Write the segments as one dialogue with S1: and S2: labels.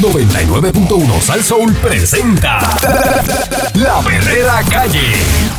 S1: 99.1 Sal Soul presenta La Verdadera Calle.
S2: Eh,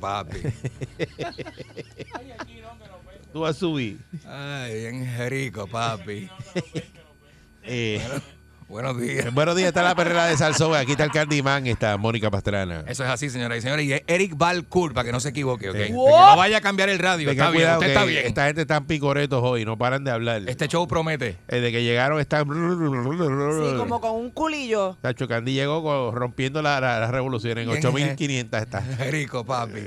S3: papi.
S4: Tú vas a subir.
S3: Ay, bien rico, papi.
S4: Eh,
S3: Bueno, buenos días.
S4: buenos días, está la perrera de Salsón. Aquí está el Candyman, está Mónica Pastrana.
S3: Eso es así, señoras y señores. Y es Eric Valcourt, para que no se equivoque, ¿ok?
S4: Sí.
S3: Que no vaya a cambiar el radio.
S4: Tengan
S3: está bien,
S4: cuidado
S3: usted
S4: que
S3: está bien.
S4: Esta gente están picoretos hoy, no paran de hablar.
S3: Este show promete.
S4: Desde que llegaron están...
S5: Sí, como con un culillo.
S4: Tacho Candy llegó con- rompiendo la, la- la revolución en
S3: Bien,
S4: 8500 está.
S3: Rico, papi.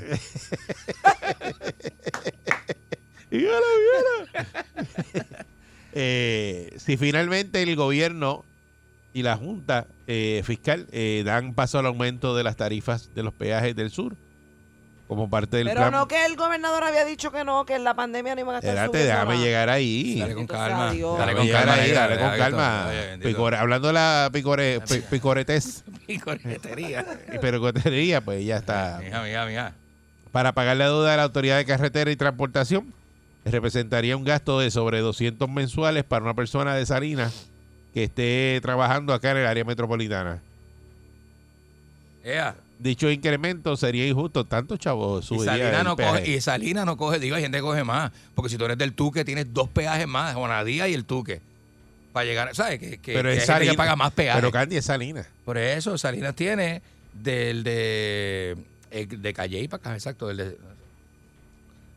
S4: Míralo, míralo. Eh, si finalmente el gobierno y la Junta eh, Fiscal eh, dan paso al aumento de las tarifas de los peajes del sur como parte del
S5: Pero
S4: plan.
S5: no que el gobernador había dicho que no, que en la pandemia no iban a estar
S4: Espérate,
S5: subiendo
S4: déjame
S5: más.
S4: llegar ahí.
S3: Dale con calma.
S5: Bendito sea Dios.
S3: Dale
S4: Déjame
S3: con
S4: llegar
S3: calma.
S4: ahí,
S3: negra,
S4: dale con
S3: deja esto.
S4: calma.
S3: Oye, bendito.
S4: Picore- hablando de la picore, pi- picoretez
S3: Picoretería.
S4: y picoretería, pues ya está.
S3: Mija, mija, mija.
S4: Para pagar la deuda de la Autoridad de Carretera y Transportación, representaría un gasto de sobre 200 mensuales para una persona de Salinas que esté trabajando acá en el área metropolitana.
S3: Ea,
S4: Dicho incremento sería injusto, tantos chavos
S3: Y
S4: subiría
S3: Salina,
S4: el
S3: no
S4: peaje.
S3: coge, y Salina no coge, digo, hay gente que coge más. Porque si tú eres del Tuque, tienes dos peajes más, Juanadía y el Tuque. Para llegar, ¿sabes? Que, que,
S4: pero
S3: que
S4: es
S3: hay gente que
S4: Salinas.
S3: paga más peajes.
S4: Pero Candy es Salinas.
S3: Por eso, Salinas tiene del de, el de Calle y para acá, exacto. Del de,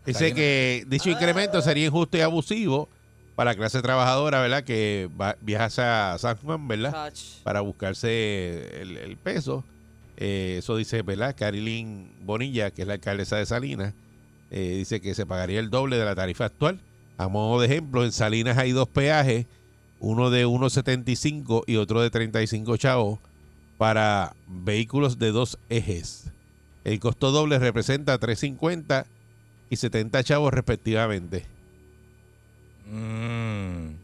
S4: Dice
S3: Salinas.
S4: que dicho incremento sería injusto y abusivo para la clase trabajadora, ¿verdad? Que va- viaja a San Juan, ¿verdad?
S5: Touch.
S4: para buscarse el, el peso. Eh, eso dice, ¿verdad? Carilyn Bonilla, que es la alcaldesa de Salinas, eh, dice que se pagaría el doble de la tarifa actual. A modo de ejemplo, en Salinas hay dos peajes, uno de 1.75 y otro de 35 chavos para vehículos de dos ejes. El costo doble representa 3.50 y 70 chavos respectivamente.
S3: Mm,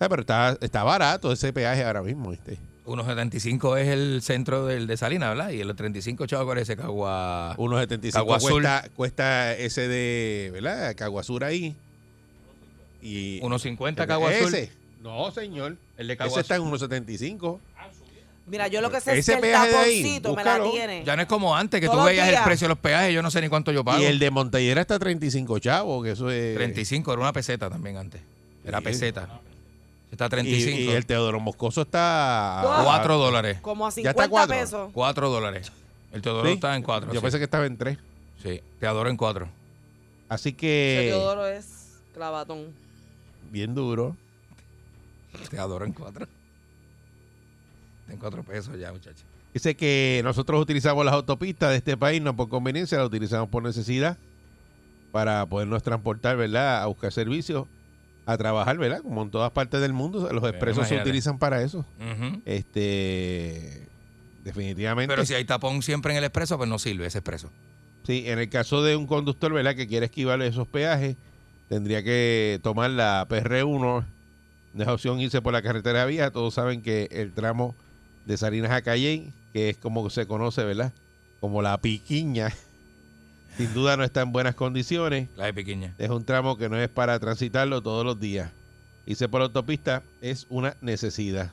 S4: Ah, pero está, está barato ese peaje ahora mismo, ¿viste?
S3: 1.75 es el centro del de Salinas, ¿verdad? Y el 35 chavo con ese cagua.
S4: 1.75
S3: Caguazul.
S4: cuesta, cuesta ese de, ¿verdad? Caguasur ahí. Y
S3: 1.50 cagua azul.
S4: ese. No, señor.
S3: El de
S4: Ese
S3: Caguazul.
S4: está en 1.75
S5: Mira, yo lo que sé es
S4: Ese
S5: que el
S4: peaje de ahí,
S5: taponcito me la
S4: búscalo.
S5: tiene.
S3: Ya no es como antes, que tú
S5: Todos
S3: veías el
S5: días.
S3: precio de los peajes, yo no sé ni cuánto yo pago.
S4: y el de Montellera está 35 chavos, que eso es
S3: 35, era una peseta también antes. Era
S4: Sí.
S3: peseta. Está
S4: Y-
S3: 35.
S4: Y, el Teodoro Moscoso está
S5: Cuatro.
S3: 4 dólares.
S5: Como a
S4: está
S5: 50
S4: cuatro.
S5: pesos.
S3: 4 dólares. El Teodoro
S4: Sí.
S3: está en 4.
S4: Yo
S3: Sí.
S4: pensé que estaba en 3.
S3: Sí, Teodoro en 4.
S4: Así
S5: Ese
S4: que
S5: Teodoro es clavatón.
S4: bien duro.
S3: Teodoro en 4. Está en 4 pesos ya, muchachos.
S4: Dice que nosotros utilizamos las autopistas de este país, no por conveniencia, las utilizamos por necesidad para podernos transportar, ¿verdad? A buscar servicios, a trabajar, ¿verdad? Como en todas partes del mundo, los expresos se
S3: imagínate.
S4: utilizan para eso.
S3: Ujú.
S4: Este, definitivamente.
S3: Pero si hay tapón siempre en el expreso, pues no sirve ese expreso.
S4: Sí, en el caso de un conductor, ¿verdad? Que quiere esquivar esos peajes, tendría que tomar la PR1. No es opción irse por la carretera vía. Todos saben que el tramo de Salinas a Calley, que es como se conoce, ¿verdad? Como la piquiña, sin duda no está en buenas condiciones.
S3: La de Piquiña.
S4: Es un tramo que no es para transitarlo todos los días. Irse por la autopista es una necesidad.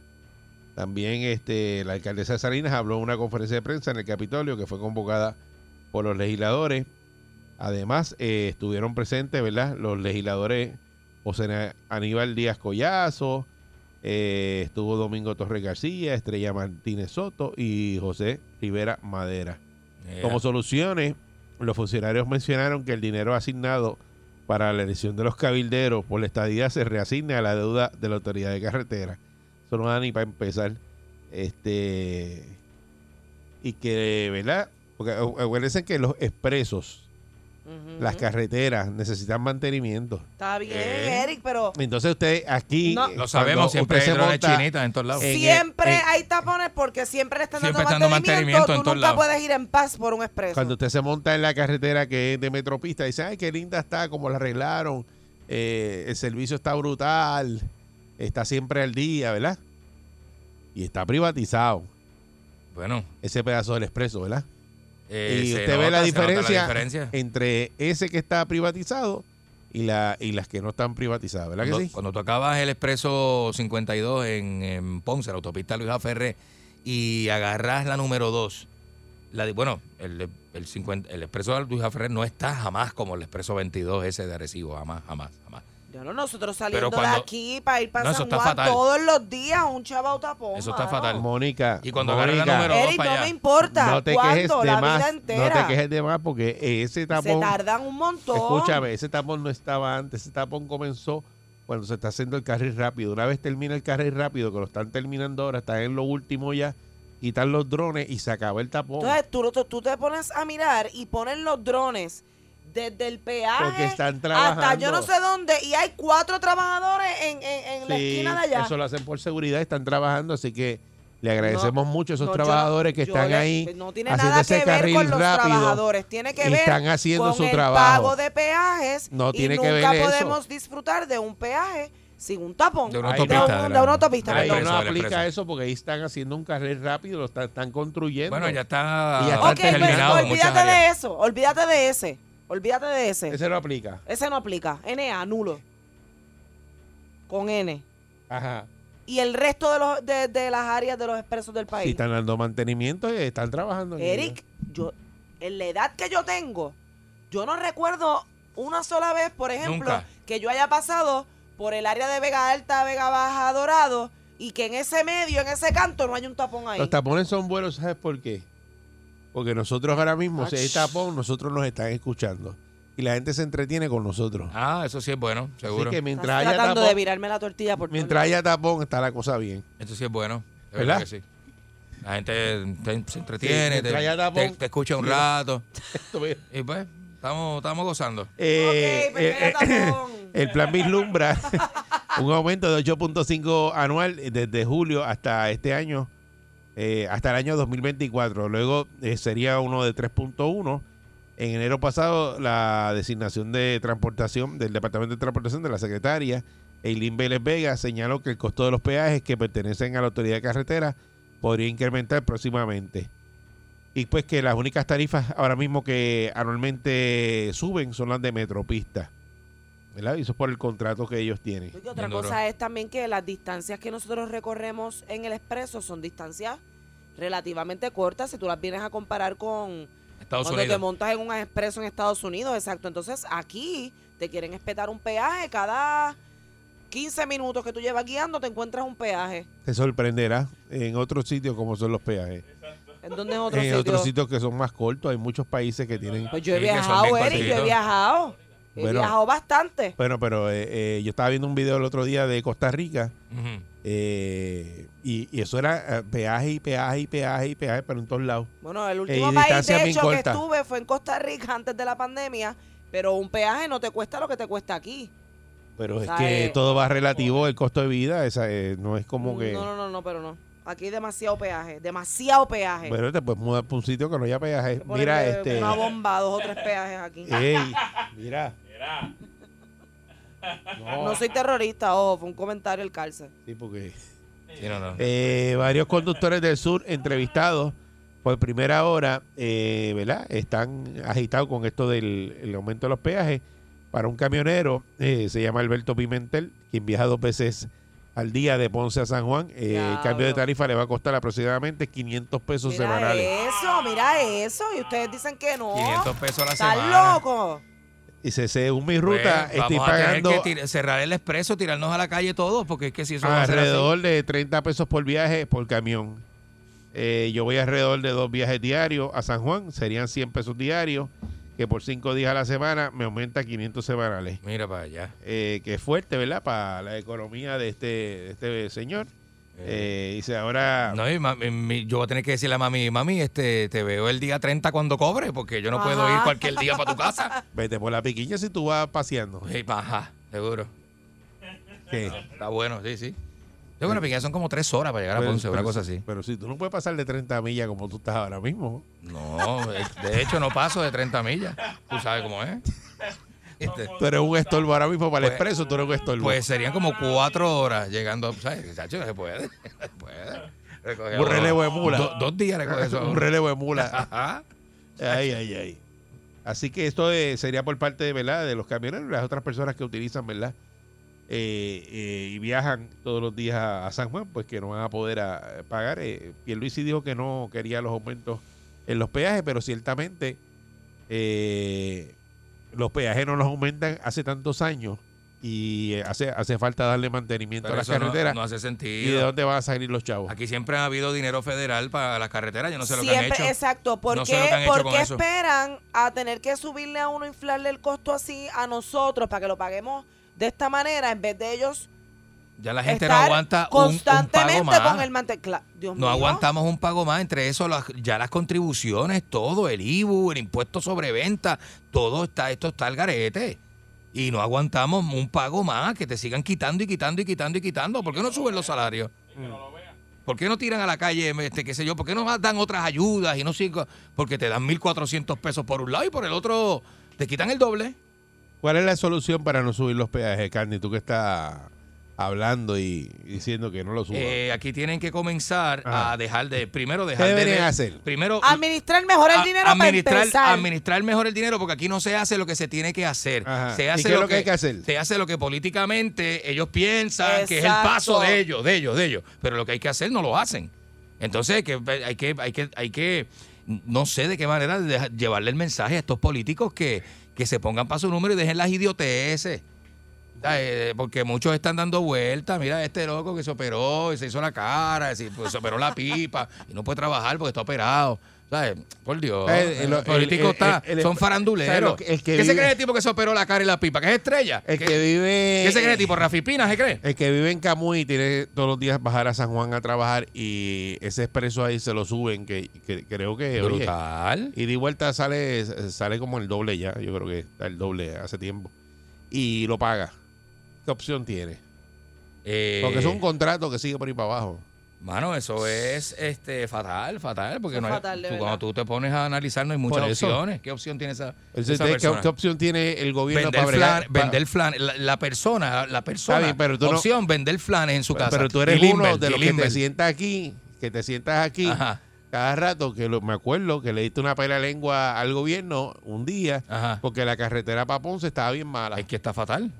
S4: También este, la alcaldesa de Salinas habló en una conferencia de prensa en el Capitolio que fue convocada por los legisladores. Además, eh, estuvieron presentes, ¿verdad? Los legisladores José Na- Aníbal Díaz Collazo, Eh, estuvo Domingo Torres García, Estrella Martínez Soto y José Rivera Madera.
S3: Yeah.
S4: Como soluciones, los funcionarios mencionaron que el dinero asignado para la elección de los cabilderos por la estadía se reasigna a la deuda de la autoridad de carretera. Eso no da ni para empezar. Este y que, ¿verdad? Porque acu- acuérdense que los expresos,
S5: Ujú.
S4: las carreteras, necesitan mantenimiento.
S5: Está bien,
S3: Eh.
S5: Eric, pero
S4: Entonces usted aquí
S5: No.
S3: Lo
S4: cuando
S3: sabemos, siempre
S4: usted
S3: hay
S4: se
S3: drones
S4: monta-
S3: chinitas en todos lados.
S4: en el-
S5: siempre
S4: en-
S5: hay tapones porque siempre le están
S3: Siempre
S5: dando
S3: están dando
S5: mantenimiento.
S3: mantenimiento en
S5: Tú
S3: todos
S5: nunca
S3: lados.
S5: puedes ir en paz por un expreso.
S4: Cuando usted se monta en la carretera que es de Metropista, dice, ay, qué linda está, como la arreglaron, eh, el servicio está brutal, está siempre al día, ¿verdad? Y está privatizado
S3: Bueno,
S4: ese pedazo del expreso, ¿verdad?
S3: eh,
S4: y
S3: se
S4: usted ve
S3: nota,
S4: la
S3: se nota
S4: diferencia,
S3: diferencia.
S4: entre ese que está privatizado y, la, y las que no están privatizadas, ¿verdad que
S3: Cuando,
S4: sí?
S3: cuando tú acabas el expreso 52 en, en Ponce, la autopista Luis A. Ferré, y agarras la número 2, la, de- bueno, el, de- el, 50 el expreso Luis A. Ferré no está jamás como el expreso 22 ese de Arecibo, jamás, jamás, jamás.
S5: Ya no, nosotros saliendo de
S3: cuando-
S5: aquí para ir para
S3: No, eso
S5: San
S3: está
S5: Juan
S3: fatal.
S5: todos los días, un chaval tapón.
S3: Eso está
S5: mano.
S3: fatal.
S4: Mónica.
S3: Y cuando agarra la
S4: Mónica,
S3: número
S5: Eric,
S3: Pero para
S5: no
S3: allá.
S5: me importa.
S4: no te
S5: ¿Cuándo?
S4: quejes de
S5: La vida
S4: más. No
S5: entera.
S4: te quejes de más porque ese
S5: Se
S4: tapón.
S5: tardan un montón.
S4: Escúchame, ese tapón no estaba antes, ese tapón comenzó cuando se está haciendo el carril rápido. Una vez termina el carril rápido, que lo están terminando ahora, están en lo último ya, quitan los drones y se acabó el tapón.
S5: Entonces tú, tú, tú te pones a mirar y ponen los drones desde el
S4: Porque
S5: peaje
S4: están trabajando.
S5: hasta yo no sé dónde y hay cuatro trabajadores en, en- en la
S4: Sí,
S5: esquina de allá.
S4: Eso lo hacen por seguridad, están trabajando, así que le agradecemos mucho a esos
S5: No, yo no-
S4: trabajadores que
S5: yo
S4: están
S5: le-
S4: ahí
S5: No tiene
S4: haciendo
S5: nada
S4: ese
S5: que ver
S4: carril
S5: con los
S4: rápido
S5: trabajadores. Tiene que
S4: y
S5: ver
S4: están haciendo
S5: con
S4: su
S5: el
S4: trabajo.
S5: pago de peajes.
S4: No tiene
S5: y
S4: que
S5: nunca
S4: ver eso.
S5: podemos disfrutar de un peaje sin un tapón.
S3: De una
S4: Ay,
S3: autopista.
S5: no,
S3: de
S5: de
S3: la-
S5: una autopista,
S3: del
S4: Ahí
S5: perdón.
S3: expreso,
S4: no
S3: del expreso.
S4: aplica eso porque ahí están haciendo un carril rápido, lo están, están construyendo.
S3: Bueno, ya está, pues,
S4: Y
S5: Ok,
S4: ya están
S3: está
S5: pero
S3: terminado. en muchas
S5: olvídate
S3: áreas.
S5: de eso. Olvídate de ese. Olvídate de ese. Ese,
S4: Ese no aplica.
S5: no aplica. NA, nulo. Con N.
S4: Ajá.
S5: Y el resto de, los, de, de las áreas de los expresos del
S4: Si
S5: país.
S4: están dando mantenimiento y están trabajando. en ello.
S5: Eric, yo, en la edad que yo tengo, yo no recuerdo una sola vez, por ejemplo,
S3: Nunca.
S5: que yo haya pasado por el área de Vega Alta, Vega Baja, Dorado, y que en ese medio, en ese canto, no hay un tapón ahí.
S4: Los tapones son buenos, ¿sabes por qué? Porque nosotros ahora mismo, si hay tapón, nosotros nos están escuchando. Y la gente se entretiene con nosotros.
S3: Ah, eso sí es bueno,
S4: Así
S3: seguro.
S4: que
S5: Estás
S4: mientras haya,
S5: tratando
S4: tapón,
S5: de virarme la tortilla por todos
S4: mientras haya tapón, está la cosa bien.
S3: Eso sí es bueno. de
S4: ¿Verdad?
S3: que sí. La gente te- se entretiene,
S4: Sí,
S3: te,
S4: mientras haya tapón.
S3: te- te escucha un
S4: Sí.
S3: rato.
S4: Esto, mira.
S3: Y pues, estamos, estamos gozando.
S4: Eh,
S5: Ok, pues
S4: eh,
S5: no haya
S4: eh,
S5: tapón.
S4: el plan vislumbra un aumento de 8.5 anual desde julio hasta este año, eh, hasta el año 2024. Luego eh, sería uno de 3.1. En enero pasado, la designación de transportación del Departamento de Transportación de la Secretaria, Eileen Vélez Vega, señaló que el costo de los peajes que pertenecen a la autoridad de carretera podría incrementar próximamente. Y pues que las únicas tarifas ahora mismo que anualmente suben son las de Metropista. ¿Verdad? Y eso es por el contrato que ellos tienen.
S5: Oye, otra
S3: Bien duro.
S5: cosa es también que las distancias que nosotros recorremos en el expreso son distancias relativamente cortas si tú las vienes a comparar con
S3: Estados
S5: cuando te
S3: Unidos.
S5: montas en un expreso en Estados Unidos, exacto. Entonces aquí te quieren espetar un peaje cada 15 minutos que tú llevas guiando te encuentras un peaje.
S4: Te sorprenderá en otros sitios como son los peajes.
S5: ¿En dónde es otro
S4: En
S5: sitio?
S4: otros sitios que son más cortos, hay muchos países que tienen...
S5: Pues yo he
S3: Sí, que son
S5: viajado,
S3: bien
S5: Eric, yo he
S3: cortitos.
S5: viajado. He
S4: Bueno.
S5: viajado bastante.
S4: Bueno, pero eh, eh, yo estaba viendo un video el otro día de Costa Rica
S3: Ujú.
S4: eh, y, y eso era eh, peaje y peaje y peaje y peaje, pero en todos lados.
S5: Bueno, el
S4: y
S5: último país
S4: distancias
S5: de
S4: bien
S5: hecho que
S4: cortas.
S5: estuve fue en Costa Rica antes de la pandemia, pero un peaje no te cuesta lo que te cuesta aquí.
S4: Pero es
S5: O sea,
S4: que
S5: eh,
S4: todo va relativo, el costo de vida, esa, eh, no es como que...
S5: Mm, No, no, no, no, pero no. Aquí hay demasiado peaje, demasiado peaje.
S4: Pero te puedes mudar para un sitio que no haya peaje.
S5: Ponen,
S4: Mira,
S5: eh,
S4: este. eh,
S5: Una bomba, dos o tres peajes aquí.
S4: Ey, mira. No,
S5: No soy terrorista, ojo, fue un comentario el cárcel.
S4: sí, porque.
S3: Sí, no, no.
S4: Eh, varios conductores del sur entrevistados por primera hora, eh, ¿verdad? Están agitados con esto del el aumento de los peajes. Para un camionero, eh, se llama Alberto Pimentel, quien viaja dos veces al día de Ponce a San Juan. eh, el cambio de
S5: Diablo.
S4: tarifa le va a costar aproximadamente 500 pesos
S5: Mira
S4: semanales.
S5: eso, mira eso. Y ustedes dicen que no.
S3: 500 pesos a la
S5: ¿Están
S3: semana.
S5: locos?
S4: Dice, según mi
S3: Pues,
S4: ruta,
S3: vamos
S4: estoy
S3: a tener
S4: pagando
S3: que tir- cerrar el expreso, tirarnos a la calle todos, porque es que si eso va a ser así-
S4: alrededor de 30 pesos por viaje por camión. Eh, yo voy alrededor de dos viajes diarios a San Juan, serían 100 pesos diarios, que por cinco días a la semana me aumenta a 500 semanales.
S3: Mira para allá.
S4: Eh, que es fuerte, ¿verdad? Para la economía de este, de este señor. Eh, dice, ahora...
S3: No, y mami- mi- yo voy a tener que decirle a mami, mami, este, te veo el día 30 cuando cobre, porque yo no puedo
S5: Ajá.
S3: ir cualquier día para tu casa.
S4: Vete por la piquilla si tú vas paseando.
S3: Sí, pa, ajá, seguro.
S4: ¿Qué?
S3: Está bueno, sí, sí. Yo creo que son como tres horas para llegar a
S4: Pero-
S3: Ponce, una
S4: Pues, pero
S3: cosa
S4: si-
S3: así.
S4: Pero si tú no puedes pasar de 30 millas como tú estás ahora mismo.
S3: No, de de hecho no paso de 30 millas. Tú sabes cómo es. Este,
S4: Tú eres un estorbo ahora mismo para el
S3: Pues-
S4: expreso, tú eres un estorbo.
S3: pues serían como cuatro horas llegando, ¿sabes? Chacho, no se puede. No se puede. Recoge
S4: Un
S3: ahora.
S4: relevo de mula.
S3: Do- dos días recoge eso.
S4: un relevo de mula.
S3: Ajá.
S4: ay, ay, ay. Así que esto eh, sería por parte ¿verdad? de los camioneros, las otras personas que utilizan, ¿verdad? Eh, eh, y viajan todos los días a, a San Juan, pues que no van a poder a- pagar. Eh, Pierluisi dijo que no quería los aumentos en los peajes, pero ciertamente eh, los peajes no los aumentan hace tantos años y eh, hace, hace falta darle mantenimiento
S3: Pero
S4: a las
S3: eso no-
S4: carreteras.
S3: no hace
S4: ¿Y de
S3: sentido.
S4: dónde van a salir los chavos?
S3: Aquí siempre ha habido dinero federal para las carreteras, yo no sé lo que han
S5: Siempre,
S3: hecho.
S5: exacto. ¿Por
S3: No sé
S5: qué,
S3: lo que han hecho
S5: por
S3: con
S5: qué
S3: eso.
S5: esperan a tener que subirle a uno, inflarle el costo así a nosotros para que lo paguemos de esta manera en vez de ellos
S3: Ya la gente no
S5: estar
S3: aguanta un- un,
S5: constantemente
S3: pago más.
S5: con el mantecla? Dios
S3: no
S5: mío.
S3: aguantamos un pago más entre eso, las- ya las contribuciones, todo, el IBU, el impuesto sobre venta, todo está, esto está al garete. Y no aguantamos un pago más, que te sigan quitando y quitando y quitando y quitando. ¿Por qué no suben los salarios? ¿Por qué no tiran a la calle, este, qué sé yo? ¿Por qué no dan otras ayudas y no sigo? Porque te dan 1.400 pesos por un lado y por el otro te quitan el doble.
S4: ¿Cuál es la solución para no subir los peajes, Candy? Tú que estás hablando y diciendo que no lo subas.
S3: Eh, aquí tienen que comenzar
S4: Ajá.
S3: a dejar de primero dejar
S4: Ah. deberían
S3: de
S4: hacer?
S3: primero
S5: Administrar mejor el
S3: a-
S5: dinero para
S3: administrar,
S5: empezar.
S3: administrar mejor el dinero porque aquí no se hace lo que se tiene que hacer.
S4: Ajá.
S3: Se
S4: ¿Y
S3: hace
S4: qué es lo que hay que hacer?
S3: Se hace lo que políticamente ellos piensan que es el
S5: Exacto.
S3: paso de ellos, de ellos, de ellos. Pero lo que hay que hacer no lo hacen. Entonces hay que, hay que, hay que, hay que no sé de qué manera deja- llevarle el mensaje a estos políticos que, que se pongan para su número y dejen las idioteces. Eh, porque muchos están dando vueltas. Mira, este loco que se operó y se hizo la cara, y se, pues, se operó la pipa y no puede trabajar porque está operado. ¿Sabes? Por Dios.
S4: Eh, el-
S3: los políticos
S4: el-
S3: está-
S4: el- el-
S3: son
S4: ¿sabes
S3: faranduleros.
S4: lo que- el que
S3: ¿Qué se
S4: vive-
S3: cree el tipo que se operó la cara y la pipa? ¿Que es estrella?
S4: el
S3: ¿Qué,
S4: que vive.
S3: qué se cree el tipo? ¿Rafipina se cree?
S4: El que vive en Camuy y tiene todos los días bajar a San Juan a trabajar y ese expreso ahí se lo suben, que, que creo que. Eh, oye,
S3: Brutal.
S4: y de vuelta sale, sale como el doble ya. Yo creo que está el doble hace tiempo. Y lo paga. ¿Qué opción tiene?
S3: Eh,
S4: Porque es un contrato que sigue por ahí para abajo.
S3: Mano, eso es este fatal, fatal, porque
S5: Eso
S3: no hay-
S5: es fatal, de
S3: tú-
S5: verdad.
S3: cuando tú te pones a analizar no hay muchas
S4: Por eso.
S3: opciones. ¿Qué opción tiene esa,
S4: Entonces,
S3: esa
S4: ¿qué- ¿qué,
S3: persona?
S4: opción tiene el gobierno
S3: Vender
S4: para bregar-
S3: flan, vender flan, la, la persona, la persona,
S4: bien, pero tú no-
S3: opción, vender flanes en su casa.
S4: Pero tú eres
S3: Pues, Y
S4: uno
S3: Limber,
S4: de
S3: y
S4: los que
S3: Limber.
S4: te sientas aquí, que te sientas aquí
S3: Ajá.
S4: cada rato, que lo- me acuerdo que le diste una pela lengua al gobierno un día
S3: Ajá.
S4: porque la carretera para Ponce estaba bien mala.
S3: Es que está fatal.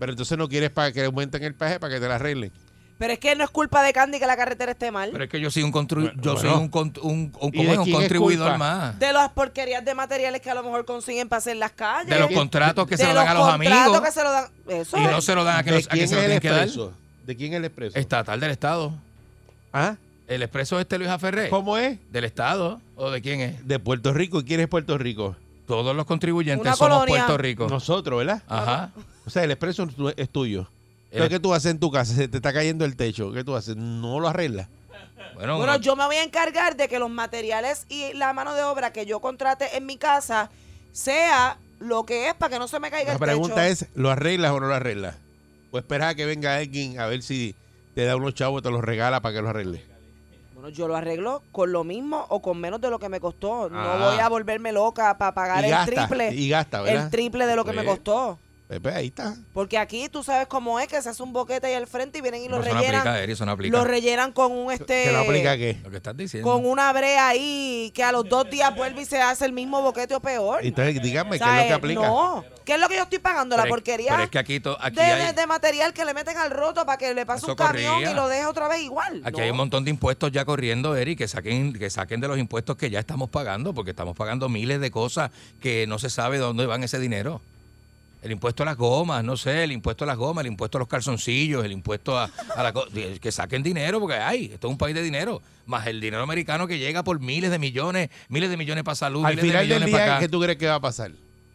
S4: Pero entonces no quieres para que aumenten el paje para que te la arreglen.
S5: Pero es que no es culpa de Candy que la carretera esté mal.
S3: Pero es que yo soy un constru-
S4: Bueno,
S3: yo soy
S4: bueno.
S3: un, cont- un- un-
S4: ¿Y
S3: ¿cómo
S4: de
S3: es? Un
S4: quién es
S3: contribuidor
S4: culpa?
S3: más.
S5: de las porquerías de materiales que a lo mejor consiguen para hacer las calles.
S3: De los
S4: ¿De
S3: contratos que se
S5: de
S3: lo dan a los
S5: contratos
S3: amigos
S5: que se lo dan. Eso
S3: y
S5: es.
S3: no se lo dan a Ah, que, los- a que se lo tienen que dar.
S4: expreso? ¿De quién es el expreso?
S3: Estatal del Estado.
S4: ¿Ah?
S3: El expreso este Luis Aferré.
S4: ¿Cómo es?
S3: ¿Del Estado? ¿O de quién es?
S4: De Puerto Rico. ¿Y quién es Puerto Rico?
S3: Todos los contribuyentes
S5: Una
S3: somos
S5: colonia.
S3: Puerto Rico.
S4: Nosotros, ¿verdad?
S3: Ajá.
S4: O sea, el expreso es tu- es tuyo.
S3: El-
S4: Entonces, ¿Qué tú haces en tu casa? Se te está cayendo el techo. ¿Qué tú haces? No lo arreglas.
S3: Bueno,
S5: Bueno,
S3: uno-
S5: yo me voy a encargar de que los materiales y la mano de obra que yo contrate en mi casa sea lo que es para que no se me caiga
S4: La
S5: el
S4: pregunta
S5: techo.
S4: es, ¿lo arreglas o no lo arreglas? O esperas a que venga alguien a ver si te da unos chavos, te los regala para que lo arregles.
S5: Bueno, yo lo arreglo con lo mismo o con menos de lo que me costó.
S4: Ah.
S5: No voy a volverme loca para pagar
S4: y
S5: el
S4: gasta,
S5: triple.
S4: y gasta, ¿verdad?
S5: el triple de lo que me
S4: Pues.
S5: costó.
S4: Pues, pues, ahí está.
S5: Porque aquí tú sabes cómo es que se hace un boquete ahí al frente y vienen y lo
S3: no, eso no
S5: rellenan.
S3: aplica, Eri, eso no aplica.
S5: Lo rellenan con un este
S4: ¿Te lo aplica qué?
S3: Lo que estás diciendo.
S5: con una brea ahí que a los dos días vuelve y se hace el mismo boquete o peor.
S4: Entonces,
S3: pues,
S4: dígame, ¿qué es lo
S5: ¿Sabes?
S4: que aplica?
S5: No, ¿qué es lo que yo estoy pagando? La
S3: Pero es-
S5: porquería
S3: Pero es que aquí, to- aquí
S5: de,
S3: hay...
S5: de material que le meten al roto para que le pase
S3: Eso
S5: un camión
S3: corría.
S5: y lo deje otra vez igual.
S3: Aquí
S5: No.
S3: hay un montón de impuestos ya corriendo, Eri, que saquen, que saquen de los impuestos que ya estamos pagando, porque estamos pagando miles de cosas que no se sabe de dónde van ese dinero. El impuesto a las gomas, no sé, el impuesto a las gomas, el impuesto a los calzoncillos, el impuesto a, a la co- que saquen dinero, porque ay, esto es un país de dinero, más el dinero americano que llega por miles de millones, miles de millones para salud,
S4: Al
S3: miles de
S4: final del
S3: millones para
S4: día,
S3: acá.
S4: ¿qué tú crees que va a pasar?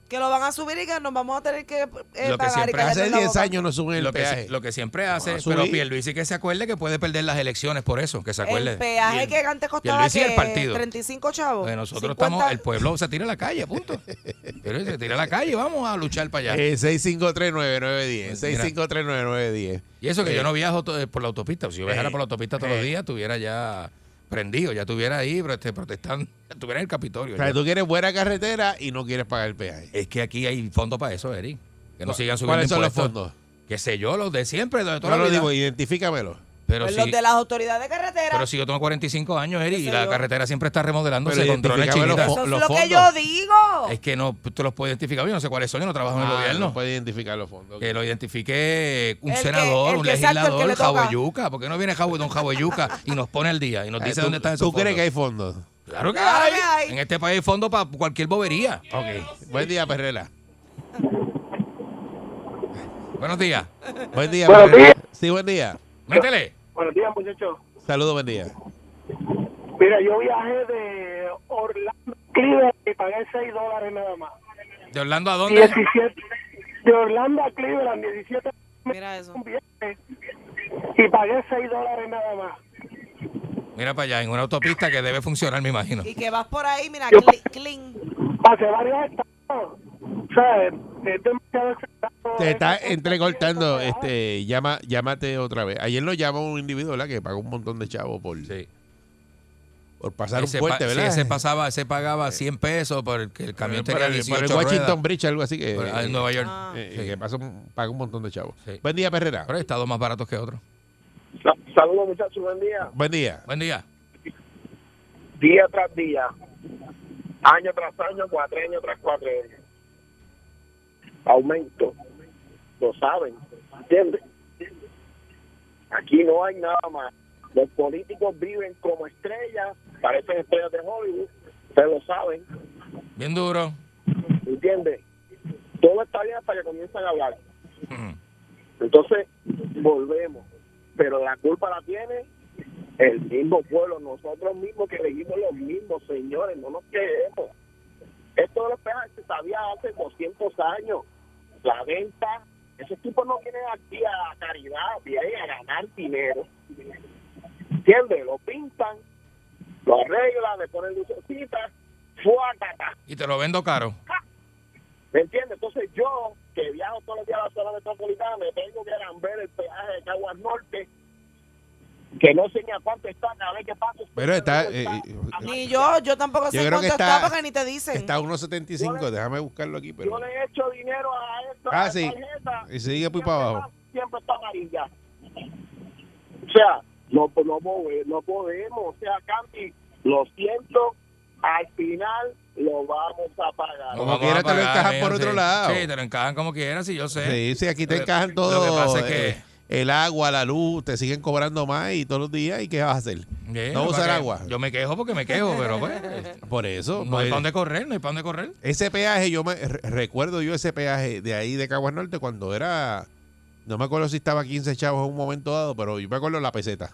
S5: Que lo van a subir y que nos vamos a tener que eh,
S3: que
S5: pagar y
S3: siempre
S5: callarnos
S4: Hace
S5: la
S4: 10
S5: boca.
S4: años no suben el
S3: lo, que,
S4: peaje.
S3: si- lo que siempre hace,
S4: Vamos a
S3: pero
S4: subir.
S3: Pierluisi que se acuerde que puede perder las elecciones por eso, que se acuerde.
S5: El peaje
S3: Pier-
S5: que antes costaba
S3: Pierluisi y el
S5: que
S3: partido.
S5: 35 chavos.
S3: Porque
S4: Pues,
S3: nosotros
S5: 50.
S3: estamos, el pueblo se tira a la calle, punto. Pero se tira a la calle, vamos a luchar para allá.
S4: Eh, 6539910.
S3: Pues Mira.
S4: 6539910.
S3: y eso que
S4: eh,
S3: yo no viajo to- por la autopista. Si yo viajara
S4: eh,
S3: por la autopista todos los
S4: eh.
S3: días, estuviera ya prendido, ya estuviera ahí pero este, protestando, estuviera en el Capitolio.
S4: O sea,
S3: ya.
S4: tú quieres buena carretera y no quieres pagar el peaje.
S3: Es que aquí hay fondos para eso, Eric. Que no
S4: ¿Cu-
S3: sigan subiendo
S4: ¿Cuáles son los
S3: impuestos.
S4: fondos?
S3: Qué sé yo, los de siempre, los de toda
S4: No
S3: la
S4: lo
S3: vida.
S4: digo, identifícamelo.
S3: Pero
S5: Pues
S3: si-
S5: los de las autoridades de carretera.
S3: Pero si yo tengo 45 años, Eric, y
S5: Qué sé
S3: la
S5: yo.
S3: carretera siempre está remodelándose
S4: Pero
S3: con drones
S4: identificaba los
S3: chinitas.
S4: fo-
S5: Eso es
S4: los
S5: lo que
S4: fondos. Eh,
S5: yo digo.
S3: Es que no, tú los puedes identificar. Yo no sé cuáles son, yo no trabajo en el
S4: Ah,
S3: gobierno.
S4: No puede identificar los fondos.
S3: que lo identifique un
S5: El que-
S3: senador,
S5: el
S3: un
S5: que- exacto, el que
S3: legislador,
S5: le toca.
S3: Jaboyuca. ¿Por qué no viene Jabo- don Jaboyuca y nos pone al día y nos
S4: Ah,
S3: dice
S4: ¿tú-
S3: dónde están esos
S4: ¿Tú crees que
S3: fondos?
S4: hay fondos?
S3: Claro que
S5: Claro
S3: hay.
S5: que hay.
S3: En este país hay fondos para cualquier bobería.
S4: Ok. Buen día, Perrera.
S3: Buenos días.
S4: Buen día,
S6: Buenos
S4: Perrera. Sí, buen día.
S3: Métele.
S6: Buenos días, muchachos.
S4: Saludos, buen día.
S6: Mira, yo viajé de Orlando, Cleveland, y pagué 6 dólares nada más.
S3: ¿De Orlando a dónde?
S6: 17, de Orlando a Cleveland, 17
S5: Mira eso.
S6: un viaje, y pagué 6 dólares nada más.
S3: Mira para allá, en una autopista que debe funcionar, me imagino.
S5: Y que vas por ahí, mira, cli- clean.
S6: Pasé varios estados. O sea, es es demasiado exagerado.
S4: Te está
S6: Es-
S4: entrecortando, este, llama, llámate otra vez. Ayer lo llamó un individuo, ¿verdad? Que pagó un montón de chavos por,
S3: Sí.
S4: por pasar
S3: ese,
S4: un
S3: pa-
S4: puente,
S3: sí,
S4: ¿verdad?
S3: ese pasaba, ese pagaba 100 pesos por el, que el camión
S4: Por
S3: tenía
S4: el, por el
S3: 18
S4: Washington
S3: ruedas.
S4: Bridge, algo así que,
S3: Por- ah, en Nueva York.
S5: Ah.
S4: eh, que pasa un- paga un montón de chavos.
S3: Sí.
S4: Buen día, Perrera.
S3: Pero hay estados más baratos que otros.
S6: Sa- Saludos, muchachos, buen día.
S4: Buen día.
S3: Buen día.
S6: Día tras día, año tras año, cuatrenio tras cuatrenio. Aumento. Lo saben. ¿Entiendes? Aquí no hay nada más. Los políticos viven como estrellas, parecen estrellas de Hollywood. Ustedes lo saben.
S3: Bien duro.
S6: ¿Entiendes? Todo está bien hasta que comienzan a hablar. Entonces, volvemos. Pero la culpa la tiene el mismo pueblo, nosotros mismos que elegimos los mismos, señores, no nos quedemos. Esto de los peajes se sabía hace 200 años. La venta, esos tipos no vienen aquí a caridad, vienen a ganar dinero. ¿Entiendes? Lo pintan, lo arreglan, le ponen lucecitas, fuácata.
S3: Y te lo vendo caro.
S6: ¿Me entiendes? Entonces yo, que viajo todos los días a la zona metropolitana, me tengo que ir a ver el peaje de Caguas Norte, que no sé ni a cuánto están, a ver qué pasa.
S4: Pero está, eh,
S5: Ni yo, yo tampoco
S4: Yo
S5: sé
S4: creo
S5: cuánto
S4: que
S5: está,
S4: está-
S5: porque ni te dicen.
S4: está a 1.75, déjame buscarlo aquí, pero
S6: Yo le he hecho dinero a esta
S4: Ah, sí.
S6: tarjeta.
S4: y sigue muy
S6: siempre
S4: para abajo.
S6: está- Siempre está amarilla. O sea, no, pues, no, move- no podemos. O sea, Campi, lo siento, al final lo vamos a pagar.
S3: Lo
S4: Como
S3: vamos
S4: quiera
S3: a
S4: te lo encajan
S3: mira,
S4: por otro
S3: sí.
S4: lado.
S3: Sí, te lo encajan como quieras, si yo sé.
S4: Sí, sí, aquí te
S3: Lo que-
S4: encajan
S3: Lo que
S4: todo.
S3: pasa es que.
S4: eh, el agua, la luz, te siguen cobrando más y todos los días, ¿y qué vas a hacer?
S3: Bien,
S4: no
S3: lo
S4: usar
S3: que pasa es que
S4: agua.
S3: Yo me quejo porque me quejo, pero pues.
S4: Por eso,
S3: No
S4: pues,
S3: hay para dónde correr, no hay para dónde correr.
S4: ese peaje, yo me re- recuerdo yo ese peaje de ahí de Caguas Norte cuando era, no me acuerdo si estaba 15 chavos en un momento dado, pero yo me acuerdo la peseta.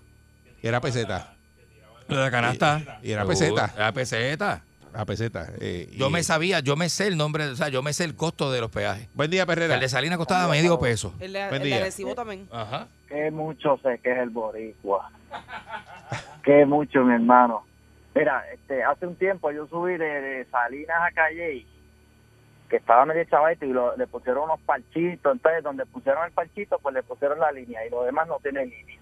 S4: Era peseta,
S3: Lo de canasta.
S4: Y- y era peseta.
S3: Era peseta.
S4: la peseta. eh,
S3: Yo
S4: y-
S3: me sabía, yo me sé el nombre, o sea, yo me sé el costo de los peajes.
S4: Buen día, Perrera.
S3: El de Salinas costaba medio peso.
S5: El de,
S4: Buen
S5: el de
S4: día.
S5: Arecibo también.
S3: Ajá.
S7: Qué mucho sé que es el boricua. Qué mucho, mi hermano. Mira, este, hace un tiempo yo subí de, de Salinas a Calle, que estaba medio chavete y lo- le pusieron unos parchitos. Entonces, donde pusieron el parchito, pues le pusieron la línea y los demás no tienen línea.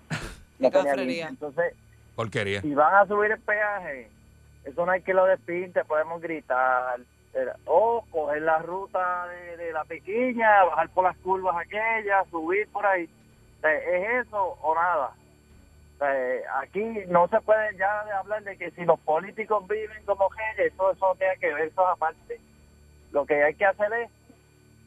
S7: No tenía
S5: Qué cafrería.
S7: línea. Entonces,
S3: Porquería.
S7: si van a subir el peaje, eso no hay que lo despinte, podemos gritar. Era, O coger la ruta de, de la piquiña, bajar por las curvas aquellas, subir por ahí. O sea, ¿Es eso o nada? O sea, eh, aquí no se puede ya de hablar de que si los políticos viven como reyes, todo eso no tiene que ver, eso es aparte. Lo que hay que hacer es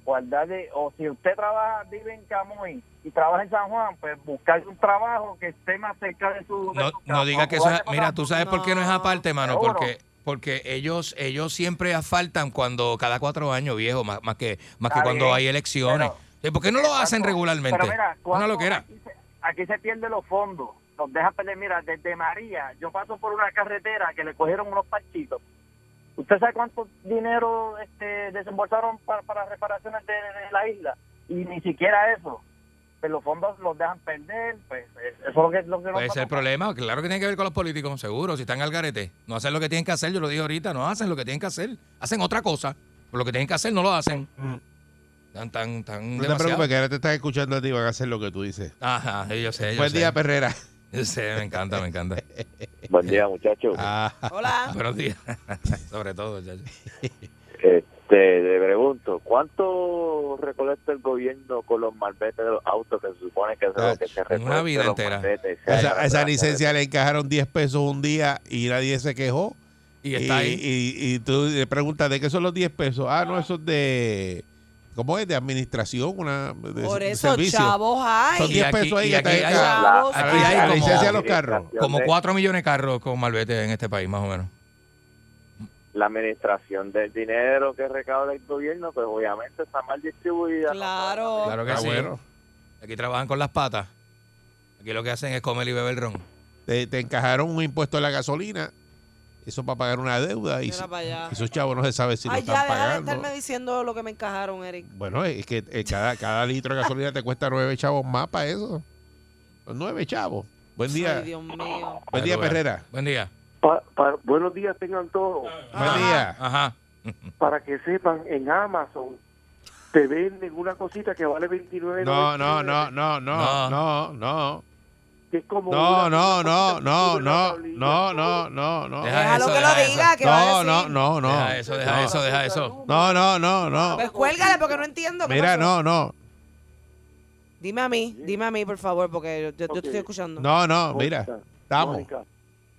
S7: guardar, de- o si usted trabaja, vive en Camuy y trabaja en San Juan, pues buscar un trabajo que esté más cerca de su... de
S3: No,
S7: su
S3: no
S7: casa,
S3: digas que eso
S7: mudarse
S3: es.
S7: para
S3: Mira,
S7: San
S3: tú sabes por qué no es aparte, mano,
S7: Seguro.
S3: porque Porque ellos, ellos siempre asfaltan cuando cada cuatro años, viejo, más, más que, más que
S7: Está
S3: cuando
S7: bien,
S3: hay elecciones.
S7: pero-
S3: Sí, ¿Por qué no lo hacen
S7: Exacto.
S3: regularmente?
S7: Pero mira,
S3: Una
S7: ¿cuánto
S3: loquera.
S7: Aquí se, aquí se pierden los fondos. Los dejan perder. Mira, desde María, yo paso por una carretera que le cogieron unos parchitos. ¿Usted sabe cuánto dinero este, desembolsaron para, para reparaciones de, de la isla? Y ni siquiera eso. Pero los fondos los dejan perder. Pues eh, eso es lo que, lo que nos
S3: Puede
S7: pasa.
S3: ser el problema, claro que tiene que ver con los políticos, seguro, si están al garete. No hacen lo que tienen que hacer, yo lo dije ahorita, no hacen lo que tienen que hacer, hacen otra cosa. Pero lo que tienen que hacer no lo hacen. Tan, tan, tan
S4: Mm. No te
S3: demasiado.
S4: preocupes, que ahora te están escuchando a ti y van a hacer lo que tú dices.
S3: Ajá, sí, yo sé, yo
S4: Buen
S3: sé.
S4: día, Perrera.
S3: Yo sé, me encanta, me encanta.
S8: Buen día, muchachos.
S4: Ah,
S5: Hola.
S3: Buenos días. Sobre todo, ya.
S8: Este, le pregunto, ¿cuánto recolecta el gobierno con los malbetes de los autos que se supone que, se-
S4: Ah,
S8: que se
S3: una
S8: recolectan
S3: vida
S8: los
S3: entera.
S8: malbetes?
S4: a esa, a esa licencia le encajaron 10 pesos un día y nadie se quejó.
S3: Y está ahí.
S4: y- y tú le preguntas, ¿de qué son los 10 pesos? Ah, no, esos de... ¿Cómo es? De administración, una, de,
S5: Por
S4: de
S5: eso,
S4: servicio.
S5: chavos,
S4: Son
S3: Y
S5: hay.
S4: 10
S3: aquí-
S4: pesos ahí
S3: y
S4: que
S3: aquí
S4: te
S3: hay-
S4: encajan.
S5: Chavos,
S4: A la-
S3: aquí hay
S4: a la
S3: como-
S4: licencia de los carros.
S3: Como 4 millones de carros con malvete en este país, más o menos.
S8: La administración del dinero que recauda el gobierno, pues obviamente está mal distribuida. ¿no?
S5: Claro.
S3: Claro que
S4: Ah,
S3: sí.
S4: bueno.
S3: Aquí trabajan con las patas. Aquí lo que hacen es comer y beber ron.
S4: Te, te encajaron un impuesto a la gasolina. Eso para pagar una deuda. Y
S5: Mira
S4: si-
S5: para allá.
S4: esos chavos no se sabe si lo
S5: Ay, ya,
S4: están
S5: deja de
S4: pagando.
S5: estarme diciendo lo que me encajaron, Eric.
S4: Bueno, es que eh, cada, cada litro de gasolina te cuesta nueve chavos más para eso. Son nueve chavos. Buen día.
S5: Ay, Dios mío.
S4: Buen día,
S3: Saludos.
S4: Perrera.
S3: Buen día.
S6: Pa- pa- buenos días tengan todos.
S4: Buen
S6: Ah,
S4: día.
S3: Ajá.
S6: Para que sepan, en Amazon te venden una cosita que vale 29
S4: No, no, no, no, no, no, no.
S6: Que es como
S4: No,
S6: una-
S4: no,
S6: una
S4: no, no,
S6: cosita que
S4: no,
S6: sube la
S4: no,
S6: tablilla.
S4: no, no, no.
S3: Deja
S5: Déjalo
S3: eso,
S5: que lo
S3: deja eso.
S5: diga, que va a
S4: No,
S5: decir.
S4: no, no, no.
S3: Deja eso, deja
S4: No.
S3: eso, deja eso.
S4: No, no, no, no.
S5: Pues cuélgale porque no entiendo. ¿qué
S4: Mira,
S5: pasó?
S4: no, no.
S5: Dime a mí, dime a mí, por favor, porque yo, yo te
S6: Ok.
S5: estoy escuchando.
S4: No, no,
S6: Mónica,
S4: mira. Estamos.
S6: Mónica,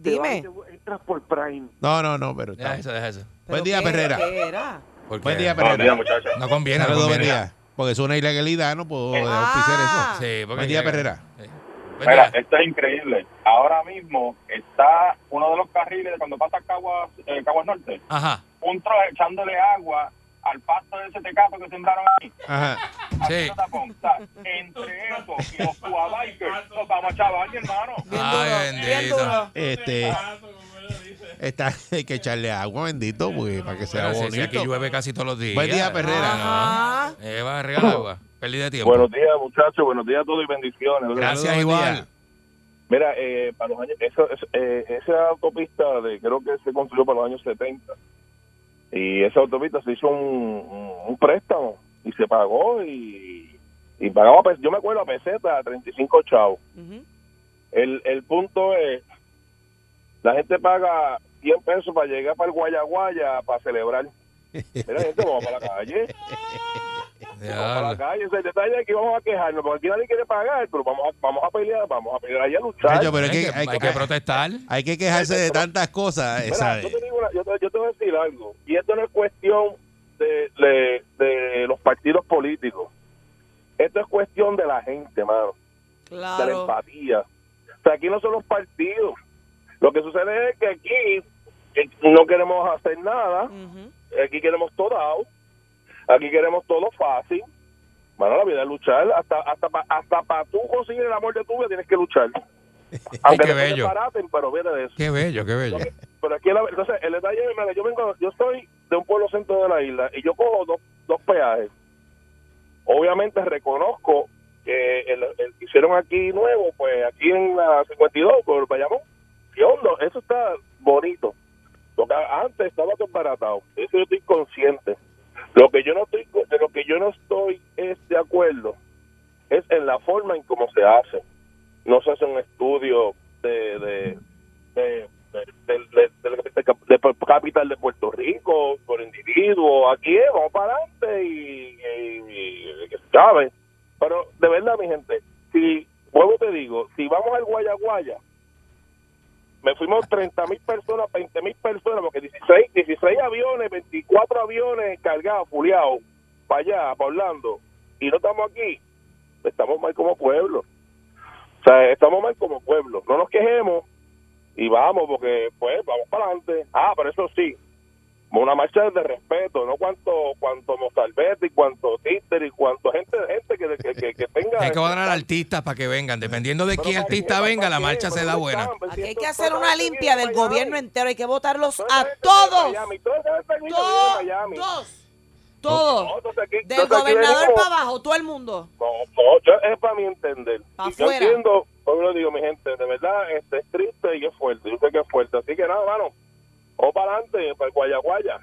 S6: te vas y
S5: Dime.
S6: te entras por Prime.
S4: No, no, no, pero
S3: Deja
S4: estamos.
S3: eso, deja eso.
S5: ¿Pero
S4: día,
S5: qué-
S4: Perrera.
S5: ¿Qué era?
S3: Porque
S4: Buen día,
S8: Buenos
S4: Perrera.
S8: días, muchachos.
S3: No conviene, no
S4: Saludos, buen
S3: conviene.
S4: día. Porque es una ilegalidad, no puedo auspiciar eso.
S5: Ah.
S3: Sí, porque
S4: Buen día,
S3: llega-
S4: Perrera.
S3: Sí. Buen
S9: Mira,
S3: día.
S4: eh.
S9: esto es increíble. Ahora mismo está uno de los carriles de cuando pasa Caguas, eh, Caguas Norte,
S3: Ajá.
S9: un tro echándole agua al pasto de ese tecato que sembraron ahí.
S4: Ajá.
S3: Sí.
S9: haciendo tapón. O sea, entre eso y los cubabikers, nos vamos a chaval, mi hermano.
S5: Bien
S3: Ay,
S5: duro, bien
S3: bendito.
S5: duro.
S4: Este. Está, hay que echarle agua, bendito, porque para que sea
S3: Pero si- si
S4: bonito.
S3: aquí llueve casi todos los días.
S4: Buen día, Perrera.
S3: Ah, no. Eh, va a regalar agua. Perdí de tiempo.
S9: Buenos días, muchachos. Buenos días a todos y bendiciones. ¿verdad?
S4: Saludos,
S3: Gracias,
S4: buen
S3: igual.
S4: día.
S9: Mira, eh, para los años, eso, es- eh, esa autopista de, creo que se construyó para los años 70 y esa autopista se hizo un, un- un préstamo y se pagó y, y pagaba, pe- yo me acuerdo a peseta, a 35 chavos.
S5: Ujú.
S9: El, el punto es, la gente paga 100 pesos para llegar para el Guayaguaya para celebrar. Mira, gente, vamos para la calle. Vamos para la
S3: Diablo.
S9: calle. O sea, el detalle es que vamos a quejarnos porque aquí nadie quiere pagar, pero vamos a, vamos a pelear, vamos a pelear y a luchar.
S4: Chacho, pero
S3: Hay que- hay que protestar.
S4: Hay que quejarse de tantas cosas, eh,
S9: Mira,
S4: ¿sabes?
S9: yo, te digo una- yo te- yo te voy a decir algo, y esto no es cuestión de, de- de los partidos políticos, esto es cuestión de la gente, mano, de la
S5: Claro.
S9: empatía. O sea, aquí no son los partidos. Lo que sucede es que aquí eh, no queremos hacer nada,
S5: Ujú.
S9: aquí queremos todo out, aquí queremos todo fácil. Mano, la vida es luchar, hasta hasta pa- hasta para tú conseguir el amor de tu vida tienes que luchar. Aunque
S3: qué
S9: después te
S3: bello.
S9: baraten, pero viene de eso.
S3: Qué bello, qué bello.
S9: Pero aquí, la- entonces, el detalle es, mira, yo vengo, yo estoy de un pueblo centro de la isla y yo cojo dos, dos peajes. Obviamente reconozco que el, el que hicieron aquí nuevo, pues aquí en la 52, por Bayamón, y hondo, eso está bonito. Lo que antes estaba desbaratado, eso yo estoy consciente. Lo que yo no estoy, co- de lo que yo no estoy es de acuerdo es en la forma en cómo se hace. No se hace un estudio de, de, de, de- de- de- de- de- de capital de Puerto Rico, por individuo, aquí es, vamos para adelante y, y- y- ¿sabes? Pero de verdad, mi gente, si, vuelvo y te digo, si vamos al Guayaguaya, me fuimos 30 mil personas, 20 mil personas, porque 16, 16 aviones, 24 aviones cargados, fuleados, para allá, para Orlando, y no estamos aquí, estamos mal como pueblo. O sea, estamos mal como pueblo. No nos quejemos, y vamos, porque pues vamos para adelante. Ah, pero eso sí, una marcha de respeto, no cuanto cuanto Mozalbete y cuanto Títer y cuanto gente gente que, que, que, que tenga...
S3: Hay que ordenar artistas para que vengan. Dependiendo de quién artista venga, la marcha se da buena.
S8: Pues
S5: Aquí hay que hacer una limpia del gobierno entero. Hay que votarlos a todos. Todos. Todos. Del gobernador para abajo, todo el mundo.
S9: No, no, yo- es para mi entender.
S5: Pa'
S9: Y yo
S5: afuera.
S9: entiendo, como lo digo, mi gente, de verdad, este es triste y es fuerte. Yo sé que es fuerte. Así que nada, mano, o para adelante, para el Guayaguaya.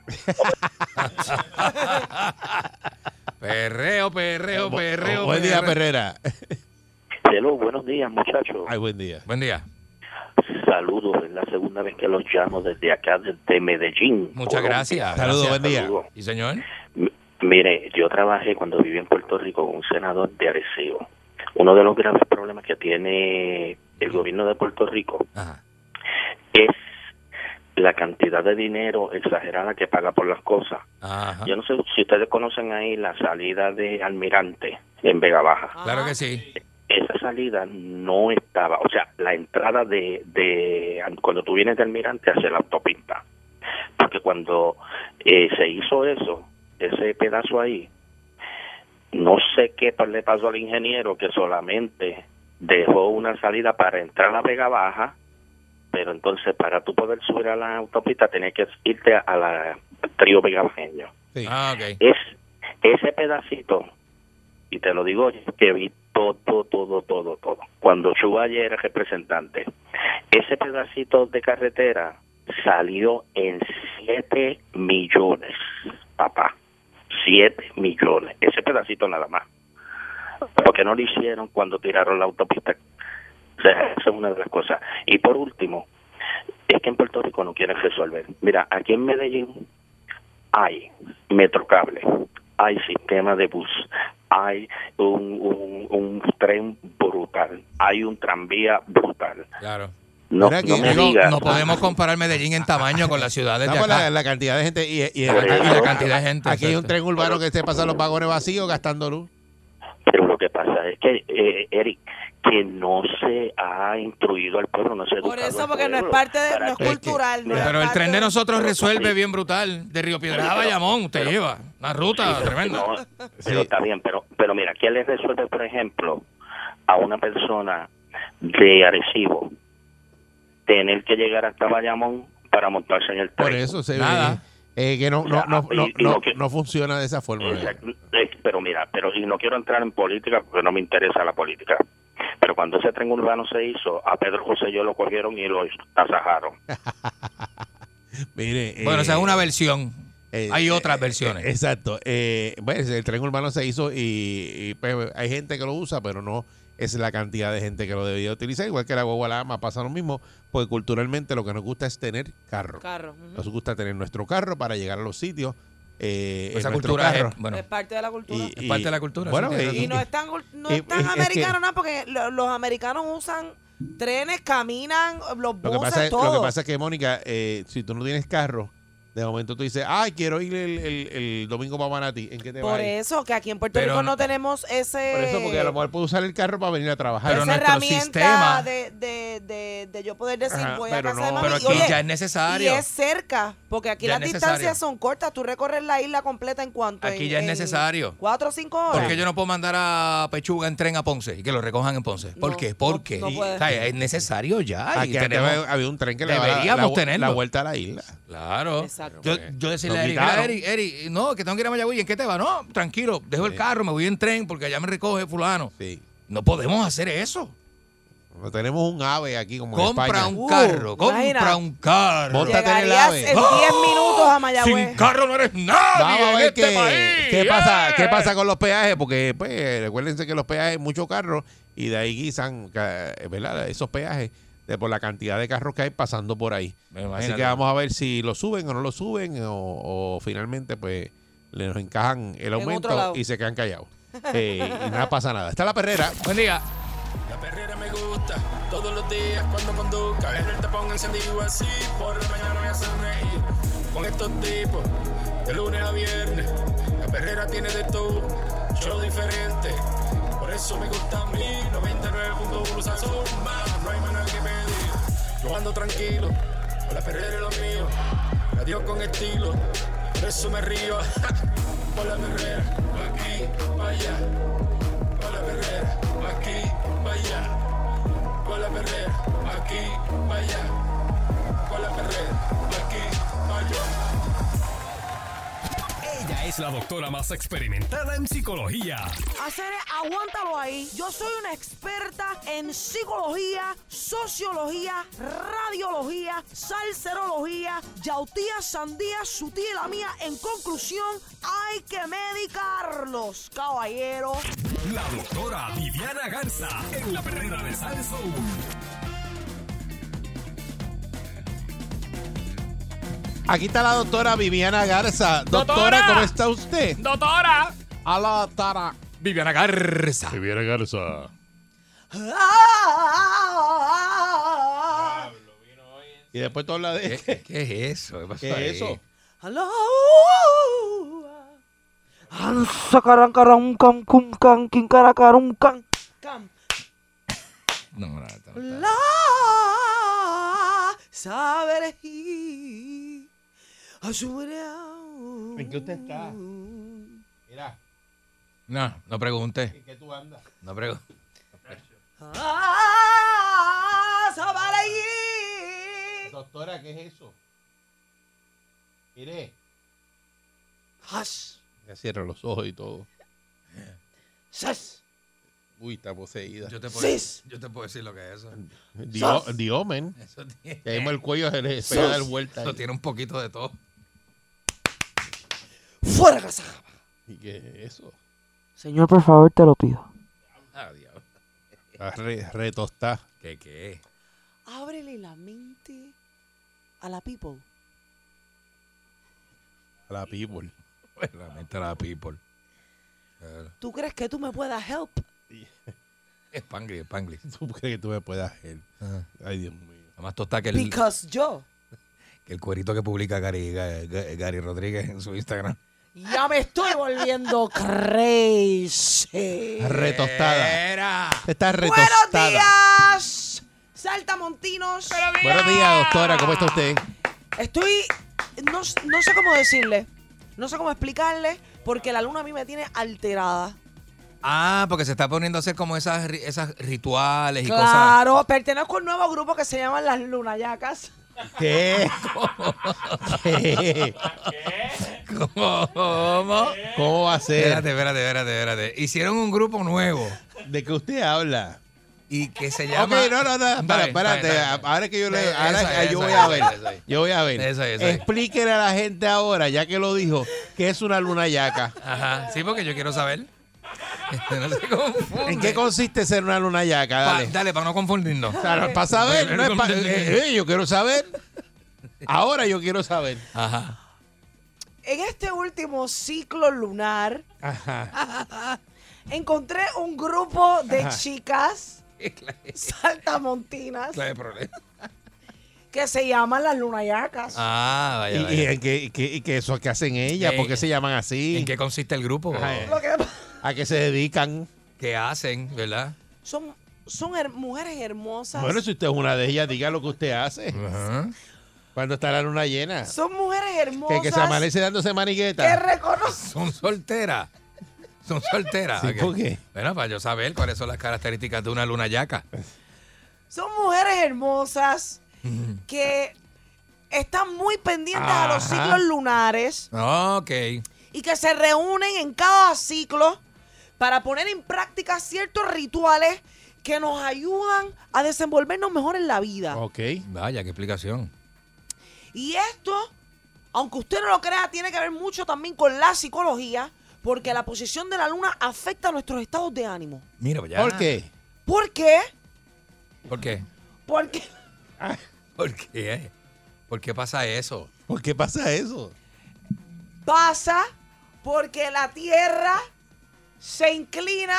S3: Perreo, perreo, perreo.
S4: Buen día,
S3: perreo.
S4: Perrera.
S8: Hello, buenos días, muchachos.
S4: Ay, buen día.
S3: Buen día.
S8: Saludos, es la segunda vez que los llamo desde acá, desde Medellín.
S3: Muchas
S8: Colombia.
S3: gracias.
S4: Saludos, buen
S3: Gracias.
S4: día.
S8: Saludos.
S3: ¿Y señor?
S8: M- Mire, yo trabajé cuando viví en Puerto Rico con un senador de Arecibo. Uno de los graves problemas que tiene el gobierno de Puerto Rico
S3: Ajá.
S8: es la cantidad de dinero exagerada que paga por las cosas.
S3: Ajá.
S8: Yo no sé si ustedes conocen ahí la salida de Almirante en Vega Baja.
S3: Claro que sí.
S8: Esa salida no estaba, o sea, la entrada de, de cuando tú vienes de Almirante hacia la autopista. Porque cuando eh, se hizo eso, ese pedazo ahí, no sé qué pa- le pasó al ingeniero que solamente dejó una salida para entrar a Vega Baja, pero entonces para tú poder subir a la autopista tenías que irte a, a la trío Vega Bajeño
S4: Sí.
S3: Ah, ok.
S8: es ese pedacito y te lo digo yo que vi todo todo todo todo cuando Chubaya era representante ese pedacito de carretera salió en 7 millones papá 7 millones ese pedacito nada más porque no lo hicieron cuando tiraron la autopista o sea, esa es una de las cosas y por último es que en Puerto Rico no quieren resolver mira aquí en Medellín hay metrocable, hay sistema de bus, hay un, un, un tren brutal, hay un tranvía brutal.
S3: Claro.
S8: No,
S4: Mira que
S8: no me
S4: yo no-
S8: digas.
S3: No podemos comparar Medellín en tamaño con las ciudades de
S4: Estamos pues, la,
S3: acá.
S4: la cantidad de gente y, y-
S8: Por
S4: aquí-
S8: eso.
S4: y la
S3: cantidad de gente,
S4: Aquí hay un
S3: exacto.
S4: tren urbano que se pasa los vagones vacíos gastando luz.
S8: Pero lo que pasa es que, eh, Eric, que no se ha instruido al pueblo, no se ha
S5: Por
S8: educado
S5: eso,
S8: al
S5: porque no es
S8: pueblo.
S5: parte de,
S8: Para
S5: no es
S8: que-
S5: cultural. no es
S3: Pero el
S5: parte
S3: tren de nosotros
S8: Pero-
S3: resuelve bien brutal. De Río Piedras a
S8: Pero-
S3: Bayamón, te
S8: pero-
S3: lleva. Una ruta
S8: pero-
S3: tremenda.
S8: no,
S4: Sí.
S8: pero está bien, pero, pero mira, ¿quién le resuelve, por ejemplo, a una persona de Arecibo tener que llegar hasta Bayamón para montarse en el tren?
S4: Por eso se
S3: Nada.
S4: ve eh, que no, no, no, no,
S8: Y- y lo
S4: no-
S8: que-
S4: no funciona de esa forma.
S8: Exacto. Eh, Pero mira, pero y no quiero entrar en política porque no me interesa la política. Pero cuando ese tren urbano se hizo, a Pedro José yo lo cogieron y lo tasajaron.
S4: Mire, eh,
S3: Bueno, esa es una versión.
S4: eh,
S3: Hay
S4: eh,
S3: otras
S4: eh,
S3: versiones.
S4: eh, Exacto. Eh, bueno, el tren urbano se hizo y, y, pues, hay gente que lo usa, pero no es la cantidad de gente que lo debía utilizar. Igual que la guagua la ama, pasa lo mismo, porque culturalmente lo que nos gusta es tener carro.
S5: del carro. ujú.
S4: Nos gusta tener nuestro carro para llegar a los sitios. eh, en
S3: Pues Esa
S4: nuestro
S3: cultura
S4: carro.
S3: es. Bueno,
S5: Es parte de la cultura.
S3: Es parte de la cultura,
S4: Bueno,
S3: sí, tienes
S5: Y,
S3: razón.
S4: y-
S5: no es tan, cul- no
S4: y-
S5: es tan
S4: y- es que-
S5: americano nada, porque lo- los americanos usan trenes, caminan, los
S4: Lo que, pasa
S5: buses,
S4: es, lo que
S5: todo.
S4: pasa es que, Mónica, eh, si tú no tienes carro, de momento tú dices, ay, quiero ir el, el- el domingo para Manatí. ¿En qué te vas
S5: Por
S4: a ir?
S5: eso, que aquí en Puerto
S3: Pero
S5: Rico
S3: no-
S5: no, tenemos ese...
S4: Por eso, porque a lo mejor puedo usar el carro para venir a trabajar.
S3: Pero
S5: esa
S3: nuestro
S5: herramienta
S3: sistema-
S5: de, de, de, de yo poder decir
S4: Ajá,
S5: voy a
S4: pero
S5: casa
S4: no-
S5: de mami
S3: pero
S5: y,
S3: aquí
S5: oye,
S3: ya es necesario.
S5: y es cerca porque aquí
S3: Ya
S5: las
S3: es necesario.
S5: distancias son cortas tú recorres la isla completa en cuanto
S3: Aquí
S5: en-
S3: ya es
S5: en
S3: necesario.
S5: cuatro o cinco horas
S3: Porque yo no puedo mandar a Pechuga en tren a Ponce y que lo recojan en Ponce. ¿Por
S5: No,
S3: qué?
S5: no-
S3: Porque
S5: no puede.
S3: es necesario ya. y
S4: Aquí antes
S3: tenemos-
S4: había- había un tren que le daba la- la,
S3: Deberíamos
S4: vu-
S3: tenerlo.
S4: la vuelta a la isla.
S3: Claro.
S5: Exacto.
S3: Yo,
S4: Pues,
S3: yo decirle
S4: nos
S3: a Eric, mira,
S4: quitaron.
S3: Eric, Eric, no, que tengo que ir a Mayagüez. ¿y ¿En qué te va? No, tranquilo, dejo el carro, me voy en tren porque allá me recoge fulano.
S4: Sí.
S3: No podemos hacer eso.
S4: Bueno, Tenemos un ave aquí como en
S3: Compra
S4: España.
S3: un
S5: Uh,
S3: carro, compra
S5: imagina.
S3: un carro.
S4: Móntate en el
S5: Llegarías
S4: ave.
S5: en 10
S3: ¡Oh!
S5: minutos a Mayagüez.
S3: Sin carro no eres nadie
S4: Vamos a
S3: en
S4: ver
S3: este
S4: qué,
S3: país. Eh.
S4: qué pasa,
S3: Yeah.
S4: qué pasa con los peajes, porque pues, recuérdense que los peajes, muchos carros, y de ahí guisan ca- ¿verdad? esos peajes de por la cantidad de carros que hay pasando por ahí.
S3: Me
S4: Así
S3: imagino.
S4: que vamos a ver si lo suben o no lo suben, o, o finalmente pues le nos encajan el
S5: otro
S4: aumento
S5: lado.
S4: y se quedan callados. Eh, y nada pasa nada. Está la perrera.
S3: Buen día.
S2: La perrera me gusta, todos los días cuando conduzca. En el tapón encendido así, por la mañana me hace reír. Con estos tipos, de lunes a viernes, la perrera tiene de todo, show diferente. Por eso me gusta a mí, 99.1 sazón más, no hay manera que pedir. Yo ando tranquilo, con la Ferrera y los míos. Adiós con estilo, por eso me río. Con la Ferrera, pa' aquí, pa' allá. Con la Ferrera, pa' aquí, pa' allá. Con la Ferrera, pa' aquí, pa' allá. Con la Ferrera, pa' aquí, pa' allá.
S1: Ella es la doctora más experimentada en psicología.
S5: Hacer, aguántalo ahí. Yo soy una experta en psicología, sociología, radiología, salserología, yautía, sandía, su tía y la mía. En conclusión, hay que medicarlos, caballero.
S1: La doctora Viviana Garza en la perrera de Salsoul.
S4: Aquí está la doctora Viviana Garza. Doctora,
S3: ¡Doctora!
S4: ¿cómo está usted?
S3: ¡Doctora!
S4: A la doctora.
S3: Viviana Garza.
S10: Viviana Garza.
S4: Y después tú hablas de...
S3: ¿Qué, qué es eso? ¿Qué, pasó
S4: ¿Qué
S3: ahí?
S4: es eso?
S5: Aló. Cam.
S3: No, no, no, no, no.
S5: La saber y asumir aún.
S4: ¿En qué usted está? Mira,
S3: No, no pregunte.
S4: ¿en qué tú andas?
S3: No pregunte.
S5: Ah, saber y
S4: Doctora, ¿qué es eso? Mire.
S5: Has,
S4: Ya cierra los ojos y todo.
S5: sas,
S4: Uy, está poseída.
S3: Yo te, puedo,
S5: Sis.
S3: yo te puedo decir lo que es eso.
S4: Dio- Diomen.
S3: Eso tiene,
S4: Te dimos el cuello, se le
S5: Sos.
S4: pega a dar vuelta.
S3: eso tiene un poquito de todo.
S5: fuera casa.
S4: ¿Y qué es eso?
S7: Señor, por favor, te lo pido.
S3: Ah, diablo.
S4: Está re- retostá.
S3: ¿Qué, qué?
S5: Ábrele la mente a la people.
S4: A la people.
S3: Realmente la people. Claro.
S5: ¿Tú crees que tú me puedas help?
S3: Spanglish, Spanglish.
S4: ¿Tú crees que tú me puedas hacer?
S3: Ajá.
S4: Ay, Dios mío.
S3: Lo más tosta que el,
S5: Because yo
S3: que el cuerito que publica Gary, Ga- Ga- Gary Rodríguez en su Instagram.
S5: ya me estoy volviendo crazy.
S4: Retostada.
S3: Era.
S4: Está
S5: Buenos
S4: retostada.
S5: días, saltamontinos.
S4: Buenos días, doctora. ¿Cómo está usted?
S5: Estoy, no, no sé cómo decirle, no sé cómo explicarle, porque la luna a mí me tiene alterada.
S3: Ah, porque se está poniendo a hacer como esas, ri- esas rituales y
S5: Claro, pertenezco a un nuevo grupo que se llaman las lunayacas.
S4: ¿Qué? ¿Qué?
S3: cosas. ¿Cómo?
S4: ¿Cómo va a ser?
S3: Espérate, espérate, espérate, espérate. Hicieron un grupo nuevo
S4: ¿De qué usted habla?
S3: y que se
S4: Ok,
S3: llama.
S4: no, no, no,
S3: Dale,
S4: espérate, espérate.
S3: dale, dale.
S4: Ahora que yo le.
S3: Esa,
S4: Ahora
S3: esa,
S4: yo voy
S3: esa,
S4: a ver.
S3: esa, esa.
S4: Yo voy a ver.
S3: Esa, esa.
S4: Explíquele a la gente ahora, ya que lo dijo, que es una luna yaca.
S3: Ajá, sí, porque yo quiero saber. Este, no se confunde.
S4: ¿En qué consiste ser una luna yaca?
S3: Pa-
S4: Dale.
S3: dale, para no confundirnos.
S4: Para, saber, no es pa- eh, eh, yo quiero saber. Ahora yo quiero saber.
S3: Ajá.
S5: En este último ciclo lunar, encontré un grupo de chicas saltamontinas
S3: Claro, el problema.
S5: que se llaman las lunayacas.
S3: Ah,
S4: Y,
S3: vaya.
S4: y
S3: vaya.
S4: en qué, y qué- y qué eso que hacen ellas,
S3: Eh,
S4: por qué se llaman así,
S3: ¿En qué consiste el grupo?
S4: Ajá, eh.
S5: Lo que pasa-
S4: a qué se dedican.
S3: ¿Qué hacen, verdad?
S5: son son her- mujeres hermosas.
S4: Bueno, si usted es una de ellas, diga lo que usted hace.
S3: Ajá.
S4: Cuando está la luna llena.
S5: son mujeres hermosas
S4: Que,
S5: que,
S4: que se amanece dándose
S5: que
S4: manigueta.
S5: reconocen.
S3: Son solteras. Son solteras.
S4: Sí,
S3: Ok.
S4: ¿por qué?
S3: Bueno, para yo saber cuáles son las características de una luna yaca.
S5: Son mujeres hermosas que están muy pendientes a los
S4: Ajá.
S5: ciclos lunares
S3: Ok.
S5: y que se reúnen en cada ciclo para poner en práctica ciertos rituales que nos ayudan a desenvolvernos mejor en la vida.
S4: Ok.
S3: Vaya, qué explicación.
S5: Y esto, aunque usted no lo crea, tiene que ver mucho también con la psicología, porque la posición de la luna afecta nuestros estados de ánimo.
S3: Mira, pues ya.
S4: ¿Por qué?
S5: ¿Por qué?
S3: ¿Por qué?
S5: Porque
S3: ¿Por qué? ¿Por qué pasa eso?
S4: ¿Por qué pasa eso?
S5: pasa porque la Tierra se inclina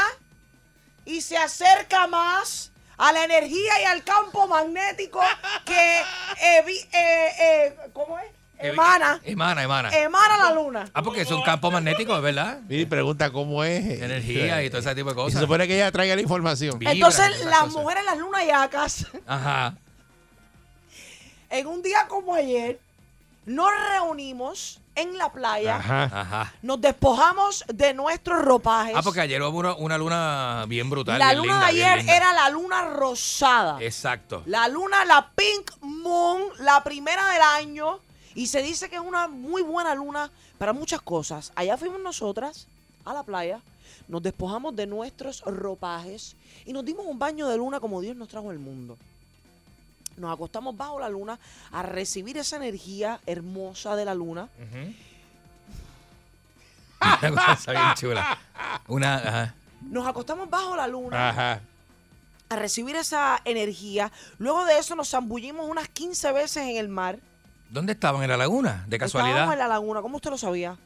S5: y se acerca más a la energía y al campo magnético que evi- eh, eh, ¿cómo es? emana,
S3: Emana, emana.
S5: emana la luna.
S3: Ah, porque son campos magnéticos, ¿verdad?
S4: Mira, y pregunta cómo es.
S3: Energía y todo ese tipo de
S4: Y se
S3: cosas.
S4: supone que ella traiga la información.
S3: Vibran
S5: Entonces
S3: esas
S5: las
S3: cosas.
S5: mujeres, las lunas yacas,
S3: Ajá.
S5: en un día como ayer, nos reunimos en la playa,
S4: Ajá.
S3: Ajá.
S5: nos despojamos de nuestros ropajes.
S3: Ah, porque ayer hubo una, una luna bien brutal.
S5: la
S3: bien
S5: luna
S3: linda,
S5: de
S3: bien
S5: ayer
S3: linda.
S5: era la luna rosada.
S3: Exacto.
S5: La luna, la Pink Moon, la primera del año. Y se dice que es una muy buena luna para muchas cosas. Allá fuimos nosotras a la playa, nos despojamos de nuestros ropajes y nos dimos un baño de luna como Dios nos trajo al mundo. Nos acostamos bajo la luna a recibir esa energía hermosa de la luna.
S3: Una cosa bien chula. Una. ajá.
S5: Nos acostamos bajo la luna
S4: Ajá.
S5: a recibir esa energía. Luego de eso nos zambullimos unas 15 veces en el mar.
S3: ¿Dónde estaban? ¿En la laguna?
S5: Estábamos
S3: De
S5: en
S3: casualidad.
S5: la laguna, ¿cómo usted lo sabía?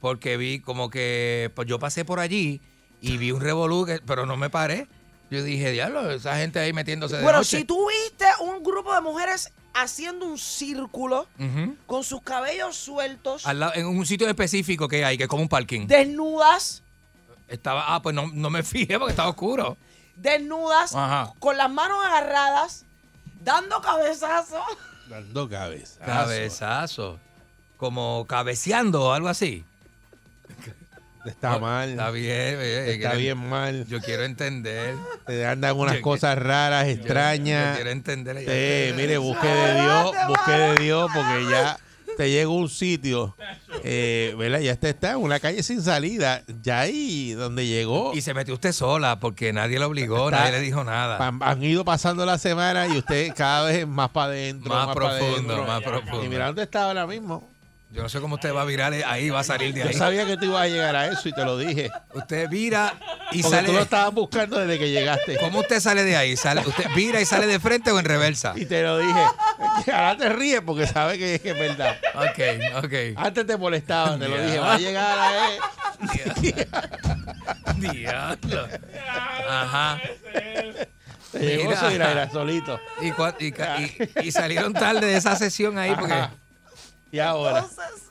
S3: Porque vi como que. pues, yo pasé por allí y vi un revolú, que- pero no me paré. Yo dije, diablo, esa gente ahí metiéndose de
S5: Bueno,
S3: noche".
S5: si tú viste un grupo de mujeres haciendo un círculo
S3: Ujú.
S5: con sus cabellos sueltos,
S3: Al lado- en un sitio específico que hay, que es como un parking.
S5: desnudas,
S3: Estaba, ah, pues no, no me fijé porque estaba oscuro.
S5: desnudas,
S3: Ajá.
S5: con las manos agarradas, dando cabezazos.
S4: Dando cabeza.
S3: Cabezazo. Como cabeceando o algo así.
S4: Está mal.
S3: Está bien, bien.
S4: Está bien mal.
S3: Yo quiero entender.
S4: Te andan unas
S3: Yo-
S4: cosas raras,
S3: Yo-
S4: extrañas.
S3: Yo quiero entender. yo
S4: Sí,
S3: quiero-
S4: mire, busque de Dios, busque de Dios, porque ya te llega un sitio, eh, ¿verdad? Ya está, está en una calle sin salida, ya ahí donde llegó.
S3: Y se metió usted sola porque nadie la obligó,
S4: Está-
S3: nadie le dijo nada.
S4: Han, han ido pasando la semana y usted cada vez más para adentro.
S3: Más
S4: pa'
S3: profundo,
S4: adentro.
S3: más profundo.
S4: Y mira dónde está ahora mismo.
S3: Yo no sé cómo usted va a virar eh, ahí, va a salir de
S4: Yo
S3: ahí.
S4: sabía que tú ibas a llegar a eso y te lo dije.
S3: Usted vira y
S4: Porque tú lo
S3: sale.
S4: estabas buscando desde que llegaste.
S3: ¿Cómo usted sale de ahí? ¿Sale, ¿Usted vira y sale de frente o en reversa?
S4: Y te lo dije. Ahora te ríes porque sabes que es, que es verdad.
S3: Ok, ok.
S4: Antes te molestaba, te lo dije. Va a llegar a él.
S3: Diablo. Ajá.
S4: Te llegó
S3: Mira.
S4: su mira, mira, solito.
S3: Y, cua- y ca- y- y salieron tarde de esa sesión ahí porque.
S4: Ajá. Y ahora,
S5: Entonces,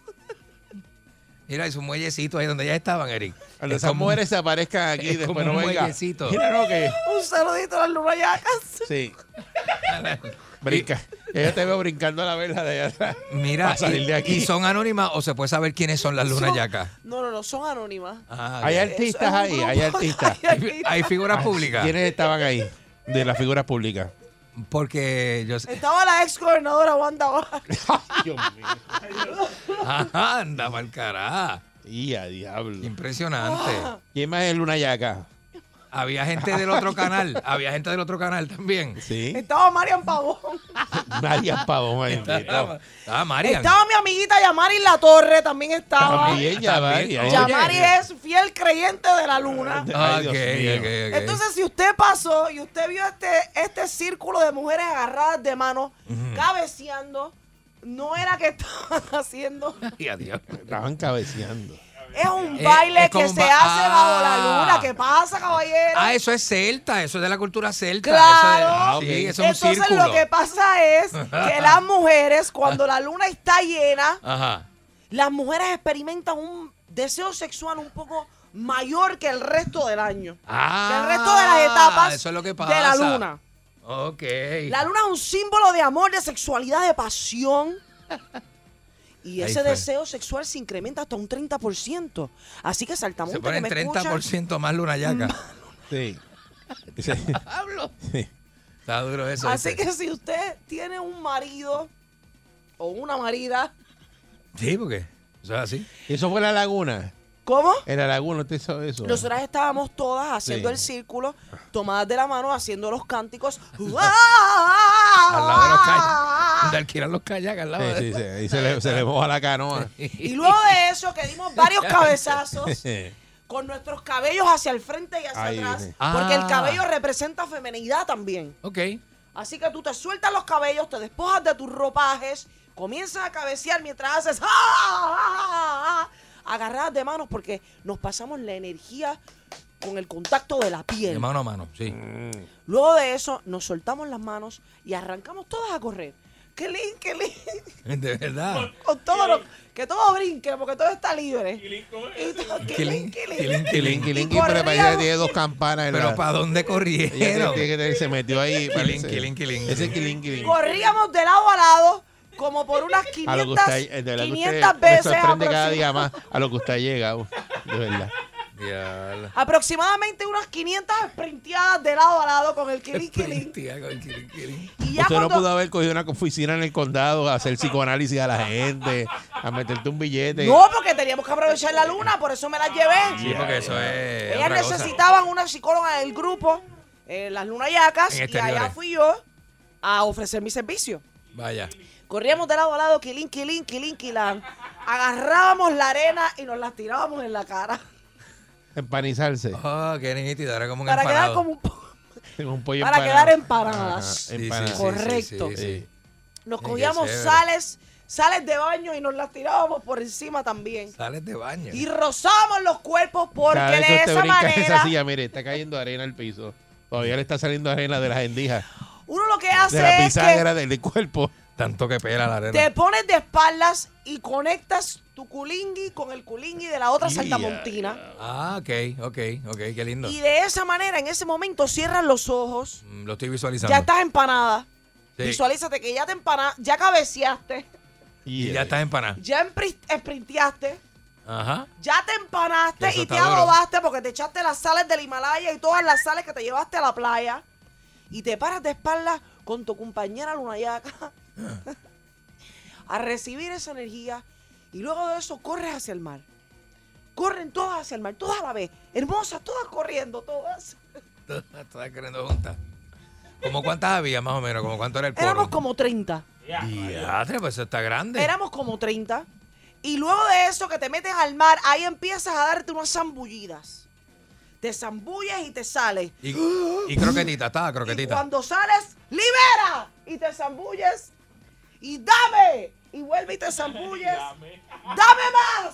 S3: Mira, hay un muellecito ahí donde ya estaban, Eric.
S4: cuando
S3: Es
S4: esas
S3: como-
S4: mujeres se aparezcan aquí,
S3: es como
S4: después
S3: un
S4: no venga.
S3: muellecito.
S4: Mira, no, que.
S5: un saludito a las lunayacas.
S4: Sí. Brinca. Yo te veo brincando a la verja de allá atrás.
S3: Mira,
S4: Para salir
S3: y-
S4: de aquí.
S3: y son anónimas o se puede saber quiénes son las lunas
S5: Son-
S3: yacas.
S5: No, no, no, son anónimas.
S3: Ah,
S4: Hay
S3: ya.
S5: Eso
S4: artistas
S5: es un
S4: ahí,
S5: grupo.
S4: hay artistas.
S5: Hay artistas.
S3: Hay figuras públicas.
S4: ¿Quiénes estaban ahí? De las figuras públicas.
S3: Porque yo sé.
S5: Estaba la ex gobernadora Wanda Vázquez.
S3: Ajá, anda mal cará.
S4: Y a diablo.
S3: Impresionante.
S4: ¿Quién más es Luna Yaca?
S3: Había gente del otro canal. Había gente del otro canal también.
S4: Sí.
S5: Estaba Marian Pavón.
S4: María Pavón ahí.
S3: Ah, ah, Marian.
S5: Estaba mi amiguita Yamari La Torre, también estaba.
S4: También Yamari.
S3: También.
S4: ahí.
S5: Yamari es fiel creyente de la luna.
S3: Ah,
S4: Ay,
S3: ok,
S4: Dios mío.
S3: ok, ok.
S5: Entonces, si usted pasó y usted vio este, este círculo de mujeres agarradas de mano, cabeceando, no era que estaban haciendo.
S3: Y adiós.
S4: Estaban cabeceando.
S5: Es un
S3: Eh,
S5: baile
S3: es como
S5: que
S3: un
S5: se
S3: ba-
S5: hace bajo la
S3: Ah.
S5: luna. ¿Qué pasa, caballero?
S3: Ah, eso es celta, eso es de la cultura celta.
S5: Claro.
S3: Eso es,
S4: Ah,
S3: sí,
S4: ok.
S3: eso es un
S5: Entonces,
S3: círculo.
S5: lo que pasa es que las mujeres, cuando la luna está llena,
S3: Ajá.
S5: las mujeres experimentan un deseo sexual un poco mayor que el resto del año. que el resto de las
S3: Ah,
S5: etapas
S3: eso es lo que
S5: de la
S3: pasa.
S5: luna.
S3: Ok.
S5: La luna es un símbolo de amor, de sexualidad, de pasión. Y
S3: Ahí
S5: ese
S3: fue.
S5: deseo sexual se incrementa hasta un 30%. Así que Mm. saltamos
S3: Se ponen 30% más luna yaca.
S4: Sí. Sí.
S3: Está duro eso.
S5: Así
S3: ¿viste?
S5: que si usted tiene un marido o una marida,
S3: Sí, porque eso es así.
S4: Eso fue la laguna.
S5: ¿cómo?
S4: En la laguna usted hizo eso.
S5: Nosotras estábamos todas haciendo
S4: Sí.
S5: el círculo, tomadas de la mano, haciendo los cánticos. al
S3: Al lado de los kayaks. De alquilar los kayaks al lado
S4: Ah. Sí,
S3: de
S4: sí, sí. Ahí se le, se le moja la canoa.
S5: Y luego de eso que dimos varios cabezazos con nuestros cabellos hacia el frente y hacia
S4: Ay,
S5: atrás,
S4: sí.
S5: porque el
S3: Ah.
S5: cabello representa femenidad también.
S3: Ok.
S5: Así que tú te sueltas los cabellos, te despojas de tus ropajes, comienzas a cabecear mientras haces ¡ah, ah, ah, ah! agarradas de manos porque nos pasamos la energía con el contacto de la
S3: De
S5: piel.
S3: mano a mano, sí.
S5: Luego de eso nos soltamos las manos y arrancamos todas a correr. ¡Qué lindo, qué lindo!
S4: Mm.
S3: De verdad.
S5: Con todo lo, que todo brinque, porque todo está libre. Y todo, quilín,
S3: Quilín,
S5: quilín.
S3: quilín,
S4: Kilin, kilin,
S5: Y
S4: pero para allá
S5: corríamos.
S4: tiene dos campanas. en
S3: Pero
S4: la-
S3: ¿para dónde
S4: Ella tiene-
S3: corrieron?
S4: tiene que tener- se metió ahí. parece.
S3: kilin, kilin.
S4: Ese kilin, kilin.
S5: Corríamos de lado a lado como por unas 500,
S4: A lo que usted, de verdad que usted
S5: 500
S4: me
S5: veces.
S4: sorprende cada
S5: aproxima-
S4: día más a lo que usted llega, uh, de verdad.
S3: Diablo.
S5: Aproximadamente unas 500 sprinteadas de lado a lado con el kilín, kilín.
S3: Tía, con kilin, kilin.
S5: Y ya
S4: Usted no
S5: cuando...
S4: pudo haber cogido una oficina en el condado a hacer psicoanálisis a la gente, a meterte un billete.
S5: No, porque teníamos que aprovechar la luna, por eso me la llevé.
S3: Sí, porque eso es.
S5: Ellas
S3: otra cosa.
S5: necesitaban una psicóloga del grupo, eh, las lunayacas,
S3: En
S5: y allá
S3: exteriores.
S5: fui yo a ofrecer mi servicio.
S3: Vaya.
S5: Corríamos de lado a lado, quilín, quilín, quilín, quilán. Agarrábamos la arena y nos la tirábamos en la cara
S4: Empanizarse.
S3: Ah, qué nítido. Ahora como un
S5: para quedar
S3: empanado.
S5: como un po-
S4: Tengo un pollo
S5: para
S4: empanado.
S5: quedar empanadas.
S4: Ajá,
S3: Sí, sí,
S4: empanado.
S3: sí,
S5: Correcto.
S3: sí, sí, sí.
S5: Nos
S3: Ay, qué
S5: cogíamos
S3: chévere.
S5: sales, sales de baño y nos las tirábamos por encima también.
S3: Sales de baño.
S5: Y rozamos los cuerpos porque
S4: Cada vez que
S5: de
S4: usted
S5: esa
S4: brinca en esa
S5: manera
S4: silla, mire, está cayendo arena al piso. Todavía le está saliendo arena de las endijas,
S5: uno lo que
S4: de
S5: hace
S4: la
S5: es que
S4: bisagra, del, del cuerpo.
S3: Tanto que pela la arena.
S5: Te pones de espaldas y conectas tu culingui con el culingui de la otra
S4: Ya,
S5: saltamontina.
S3: Ah, ok, ok, ok, qué lindo.
S5: Y de esa manera, en ese momento, cierras los ojos.
S3: Mm, Lo estoy visualizando.
S5: Ya estás empanada.
S3: Sí.
S5: Visualízate que ya te empana, ya cabeceaste,
S3: Y ya estás empanada.
S5: ya empri- sprinteaste,
S3: Ajá.
S5: ya te
S3: Ya
S5: empanaste
S3: eso
S5: y
S3: está
S5: te
S3: duro.
S5: adobaste porque te echaste las sales del Himalaya y todas las sales que te llevaste a la playa. Y te paras de espaldas con tu compañera Lunayaca a recibir esa energía. Y luego de eso corres hacia el mar. Corren todas hacia el mar, todas a la vez. Hermosas, todas corriendo, todas.
S3: Estás corriendo juntas. ¿Cómo cuántas había más o menos? ¿Cómo cuánto era el coro?
S5: Éramos como 30.
S3: Diatre, pues eso está grande.
S5: Éramos como 30. Y luego de eso que te metes al mar, ahí empiezas a darte unas zambullidas. Te zambulles y te sales.
S3: Y, y croquetita, estaba
S5: Y
S3: croquetita.
S5: cuando sales, libera y te zambulles. Y dame. Y vuelve y te zambulles. dame más.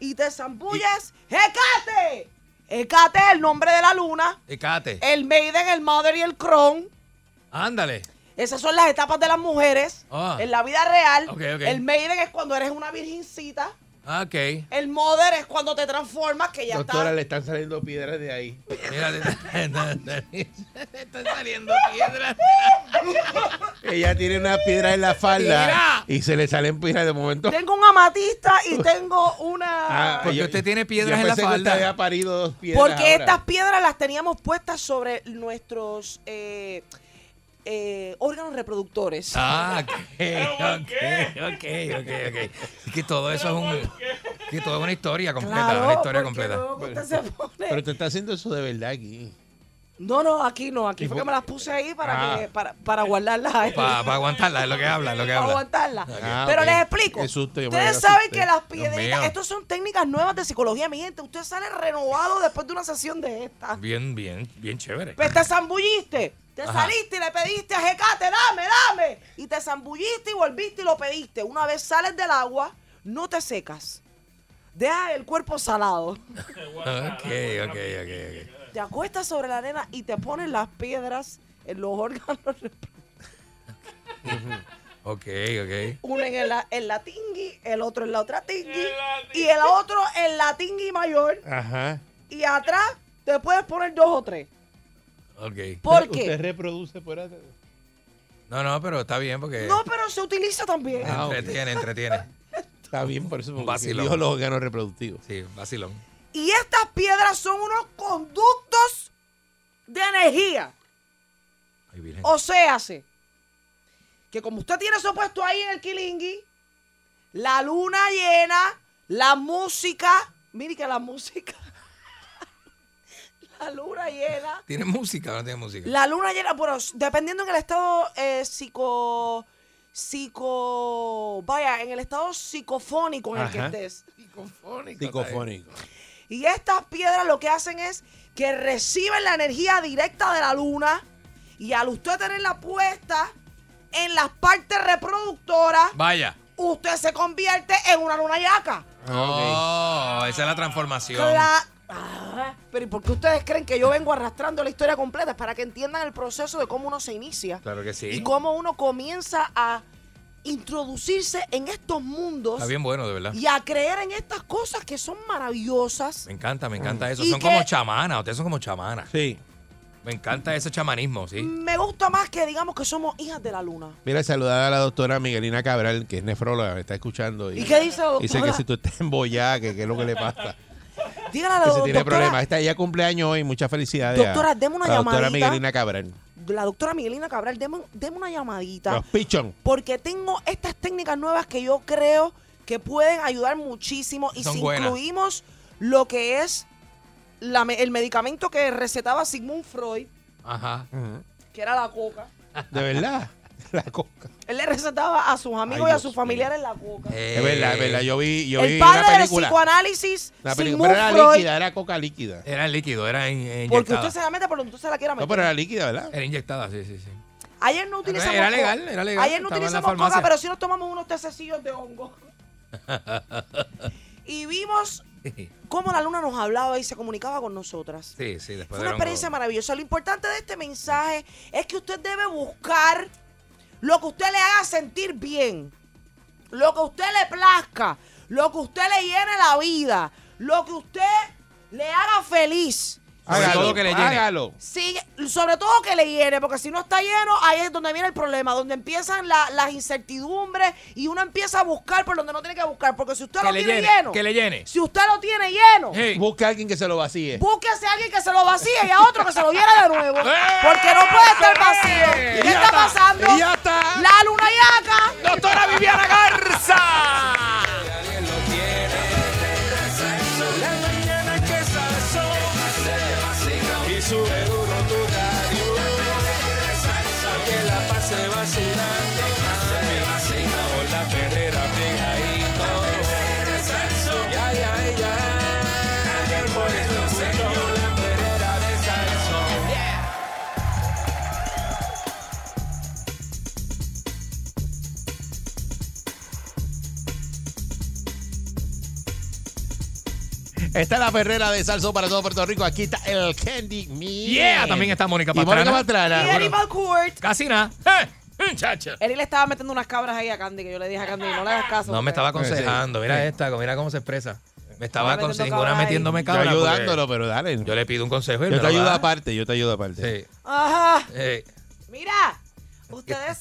S5: Y te zambulles. Hecate. Hecate es el nombre de la luna.
S3: Y cágate.
S5: El maiden, el mother y el cron.
S3: Ándale.
S5: Esas son las etapas de las mujeres
S3: Ah.
S5: en la vida real.
S3: Ok, ok.
S5: El maiden es cuando eres una virgencita.
S3: Ah, Ok.
S5: El mother es cuando te transformas, que ya
S4: Doctora,
S5: está.
S4: le están saliendo piedras de ahí.
S3: Mira, te- te están saliendo piedras.
S4: Ella tiene una piedra en la falda y se le salen piedras de momento.
S5: Tengo un amatista y tengo una.
S4: Ah,
S3: porque usted tiene piedras
S4: yo
S3: en la
S4: pensé que
S3: falda.
S4: usted había parido dos piedras.
S5: Porque
S4: ahora.
S5: estas piedras las teníamos puestas sobre nuestros eh, eh, órganos reproductores.
S3: Ah, ok, ok, ok, ok, ok. Es que todo eso es un, que todo es una historia completa,
S5: Claro,
S3: una historia
S5: porque
S3: completa.
S5: luego usted se pone-
S4: Pero te está haciendo eso de verdad aquí.
S5: No, no, aquí no, aquí
S4: Y
S5: fue que
S4: por-
S5: me las puse ahí para,
S4: Ah.
S5: que- para, para guardarlas ahí.
S3: Para aguantarla, es lo que habla, es lo que
S5: para
S3: habla.
S5: aguantarlas.
S4: Ah,
S5: Pero
S4: ok.
S5: les explico.
S4: Qué susto, yo me
S5: Ustedes
S4: asusté.
S5: saben que las
S3: Dios mío.
S5: piedritas, estas son técnicas nuevas de psicología, mi gente. Usted sale renovado después de una sesión de estas.
S3: Bien, bien, bien chévere.
S5: Pues te zambulliste. Te
S3: Ajá.
S5: saliste y le pediste a Jecate, dame, dame. Y te zambulliste y volviste y lo pediste. Una vez sales del agua, no te secas. Deja el cuerpo salado.
S3: Ok, ok, ok, ok.
S5: Te acuestas sobre la arena y te pones las piedras en los órganos.
S3: Ok, ok.
S5: Uno en la, en la tingui, el otro en la otra tingui. Y el otro en la tingui mayor.
S4: Ajá.
S5: Y atrás te puedes poner dos o tres.
S3: Ok.
S5: ¿Por
S4: Usted
S5: qué?
S4: reproduce por atrás.
S3: No, no, pero está bien porque
S5: No, pero se utiliza también.
S4: Ah, ok.
S3: entretiene, entretiene.
S4: Está bien, por eso.
S3: Un
S4: porque
S3: vacilón.
S4: Dijo los órganos reproductivos.
S3: Sí, vacilón.
S5: Y estas piedras son unos conductos de energía.
S3: Ay, virgen.
S5: O sea, se- que como usted tiene eso puesto ahí en el Kilingui, la luna llena, la música, mire que la música, la luna llena,
S3: ¿Tiene música o no tiene música?
S5: la luna llena, bueno, s- dependiendo en el estado eh, psico, psico, vaya, en el estado psicofónico en el
S4: Ajá.
S5: que estés.
S3: Psicofónico.
S4: Psicofónico.
S5: Y estas piedras lo que hacen es que reciben la energía directa de la luna y al usted tenerla puesta en las partes reproductoras,
S3: Vaya.
S5: usted se convierte en una luna yaca.
S4: Ah, ok.
S3: Oh, esa es la transformación.
S5: Cla- Ah, pero ¿y por qué ustedes creen que yo vengo arrastrando la historia completa? Es para que entiendan el proceso de cómo uno se inicia
S3: Claro que sí.
S5: y cómo uno comienza a introducirse en estos mundos
S3: Está bien bueno, de verdad.
S5: y a creer en estas cosas que son maravillosas.
S3: Me encanta, me encanta eso.
S5: Mm. ¿Y
S3: Son
S5: qué?
S3: como chamanas, ustedes son como chamanas.
S4: Sí.
S3: Me encanta ese chamanismo, sí.
S5: Me gusta más que digamos que somos hijas de la luna.
S4: Mira, saludar a la doctora Miguelina Cabral, que es nefróloga, me está escuchando.
S5: ¿Y qué dice la doctora?
S4: Dice que si tú estás embollada, que qué es lo que le pasa.
S5: Dígale a la
S4: Que si
S5: do-
S4: tiene
S5: doctora,
S4: problemas. Está ella cumpleaños hoy, muchas felicidades. a-
S5: Doctora, deme una
S4: a La doctora
S5: llamadita.
S4: Miguelina Cabral.
S5: la doctora Miguelina Cabral, deme, deme una llamadita.
S4: Los pichón.
S5: porque tengo estas técnicas nuevas que yo creo que pueden ayudar muchísimo y
S3: Son
S5: si
S3: buenas.
S5: incluimos lo que es la me- el medicamento que recetaba Sigmund Freud,
S3: Ajá.
S5: que era la coca,
S4: De verdad. La coca.
S5: él le recetaba a sus amigos
S4: Ay,
S5: y a
S4: Dios
S5: sus familiares la coca.
S3: Eh,
S4: Es verdad, es verdad. Yo vi, yo
S5: el
S4: vi
S5: padre
S4: una
S5: del
S4: película.
S5: psicoanálisis,
S4: Una película,
S5: Sigmund
S4: pero era
S5: Freud,
S4: líquida, era coca líquida.
S5: Eh,
S3: Era líquido, era in- eh,
S5: porque
S3: inyectada.
S5: usted se la mete, pero usted se la quiera
S4: No,
S5: meter.
S4: pero era líquida, ¿verdad?
S3: Era inyectada, sí, sí, sí.
S5: Ayer no utilizamos
S3: era
S5: coca.
S3: legal, era legal,
S5: Ayer no
S3: estaba en la
S5: utilizamos coca,
S3: farmacia.
S5: pero sí nos tomamos unos tececillos de hongo. y vimos cómo la luna nos hablaba y se comunicaba con nosotras.
S3: Sí, sí, después
S5: Fue
S3: de
S5: una experiencia maravillosa. Lo importante de este mensaje es que usted debe buscar lo que usted le haga sentir bien, lo que usted le plazca, lo que usted le llene la vida, lo que usted le haga feliz.
S3: Sobre
S4: Hágalo,
S3: todo que le llene.
S4: hágalo.
S5: Sí, sobre todo que le llene, porque si no está lleno, ahí es donde viene el problema, donde empiezan la- las incertidumbres y uno empieza a buscar por donde no tiene que buscar, porque si usted
S3: Que
S5: lo
S3: le
S5: tiene
S3: llene,
S5: lleno,
S3: que le llene. Eh.
S5: si usted lo tiene lleno,
S3: Sí.
S4: Busca a alguien que se lo vacíe.
S5: búsquese a alguien que se lo vacíe y a otro que se lo llene de nuevo,
S3: Eh.
S5: porque no puede estar vacío. ¿Qué está pasando?
S4: Y ya está.
S5: La luna yaca.
S3: ¡Doctora Viviana Garza!
S2: Y sube duro tu radio. Que la pase vacilando. Con la perrera pegadito. Ya, ya, ya. Por eso se llama la perrera de salsón.
S4: Está la perrera de salso para todo Puerto Rico. Aquí está el Candy Me.
S3: Yeah, también está Mónica
S4: Y Mónica
S3: Pastrana.
S5: Y
S4: Pastrana.
S5: Eddie Court.
S3: Casi nada. ¡Eh! ¡Muchacha!
S5: Eric le estaba metiendo unas cabras ahí a Candy, que yo le dije a Candy, no le hagas caso.
S3: No
S5: porque-
S3: me estaba aconsejando. Mira esta, mira cómo se expresa. Me
S5: Estaba
S3: estaba
S5: metiendo
S3: aconsejando, una
S5: cabra ahí.
S3: metiéndome
S4: Yo
S3: cabra. porque
S4: ayudándolo, pero dale.
S3: Yo
S4: Yo,
S3: le pido un consejo y él me
S4: te
S3: lo
S4: ayudo
S3: da.
S4: aparte, yo te ayudo aparte.
S3: Sí.
S5: Ajá.
S3: Eh,
S5: Mira, ustedes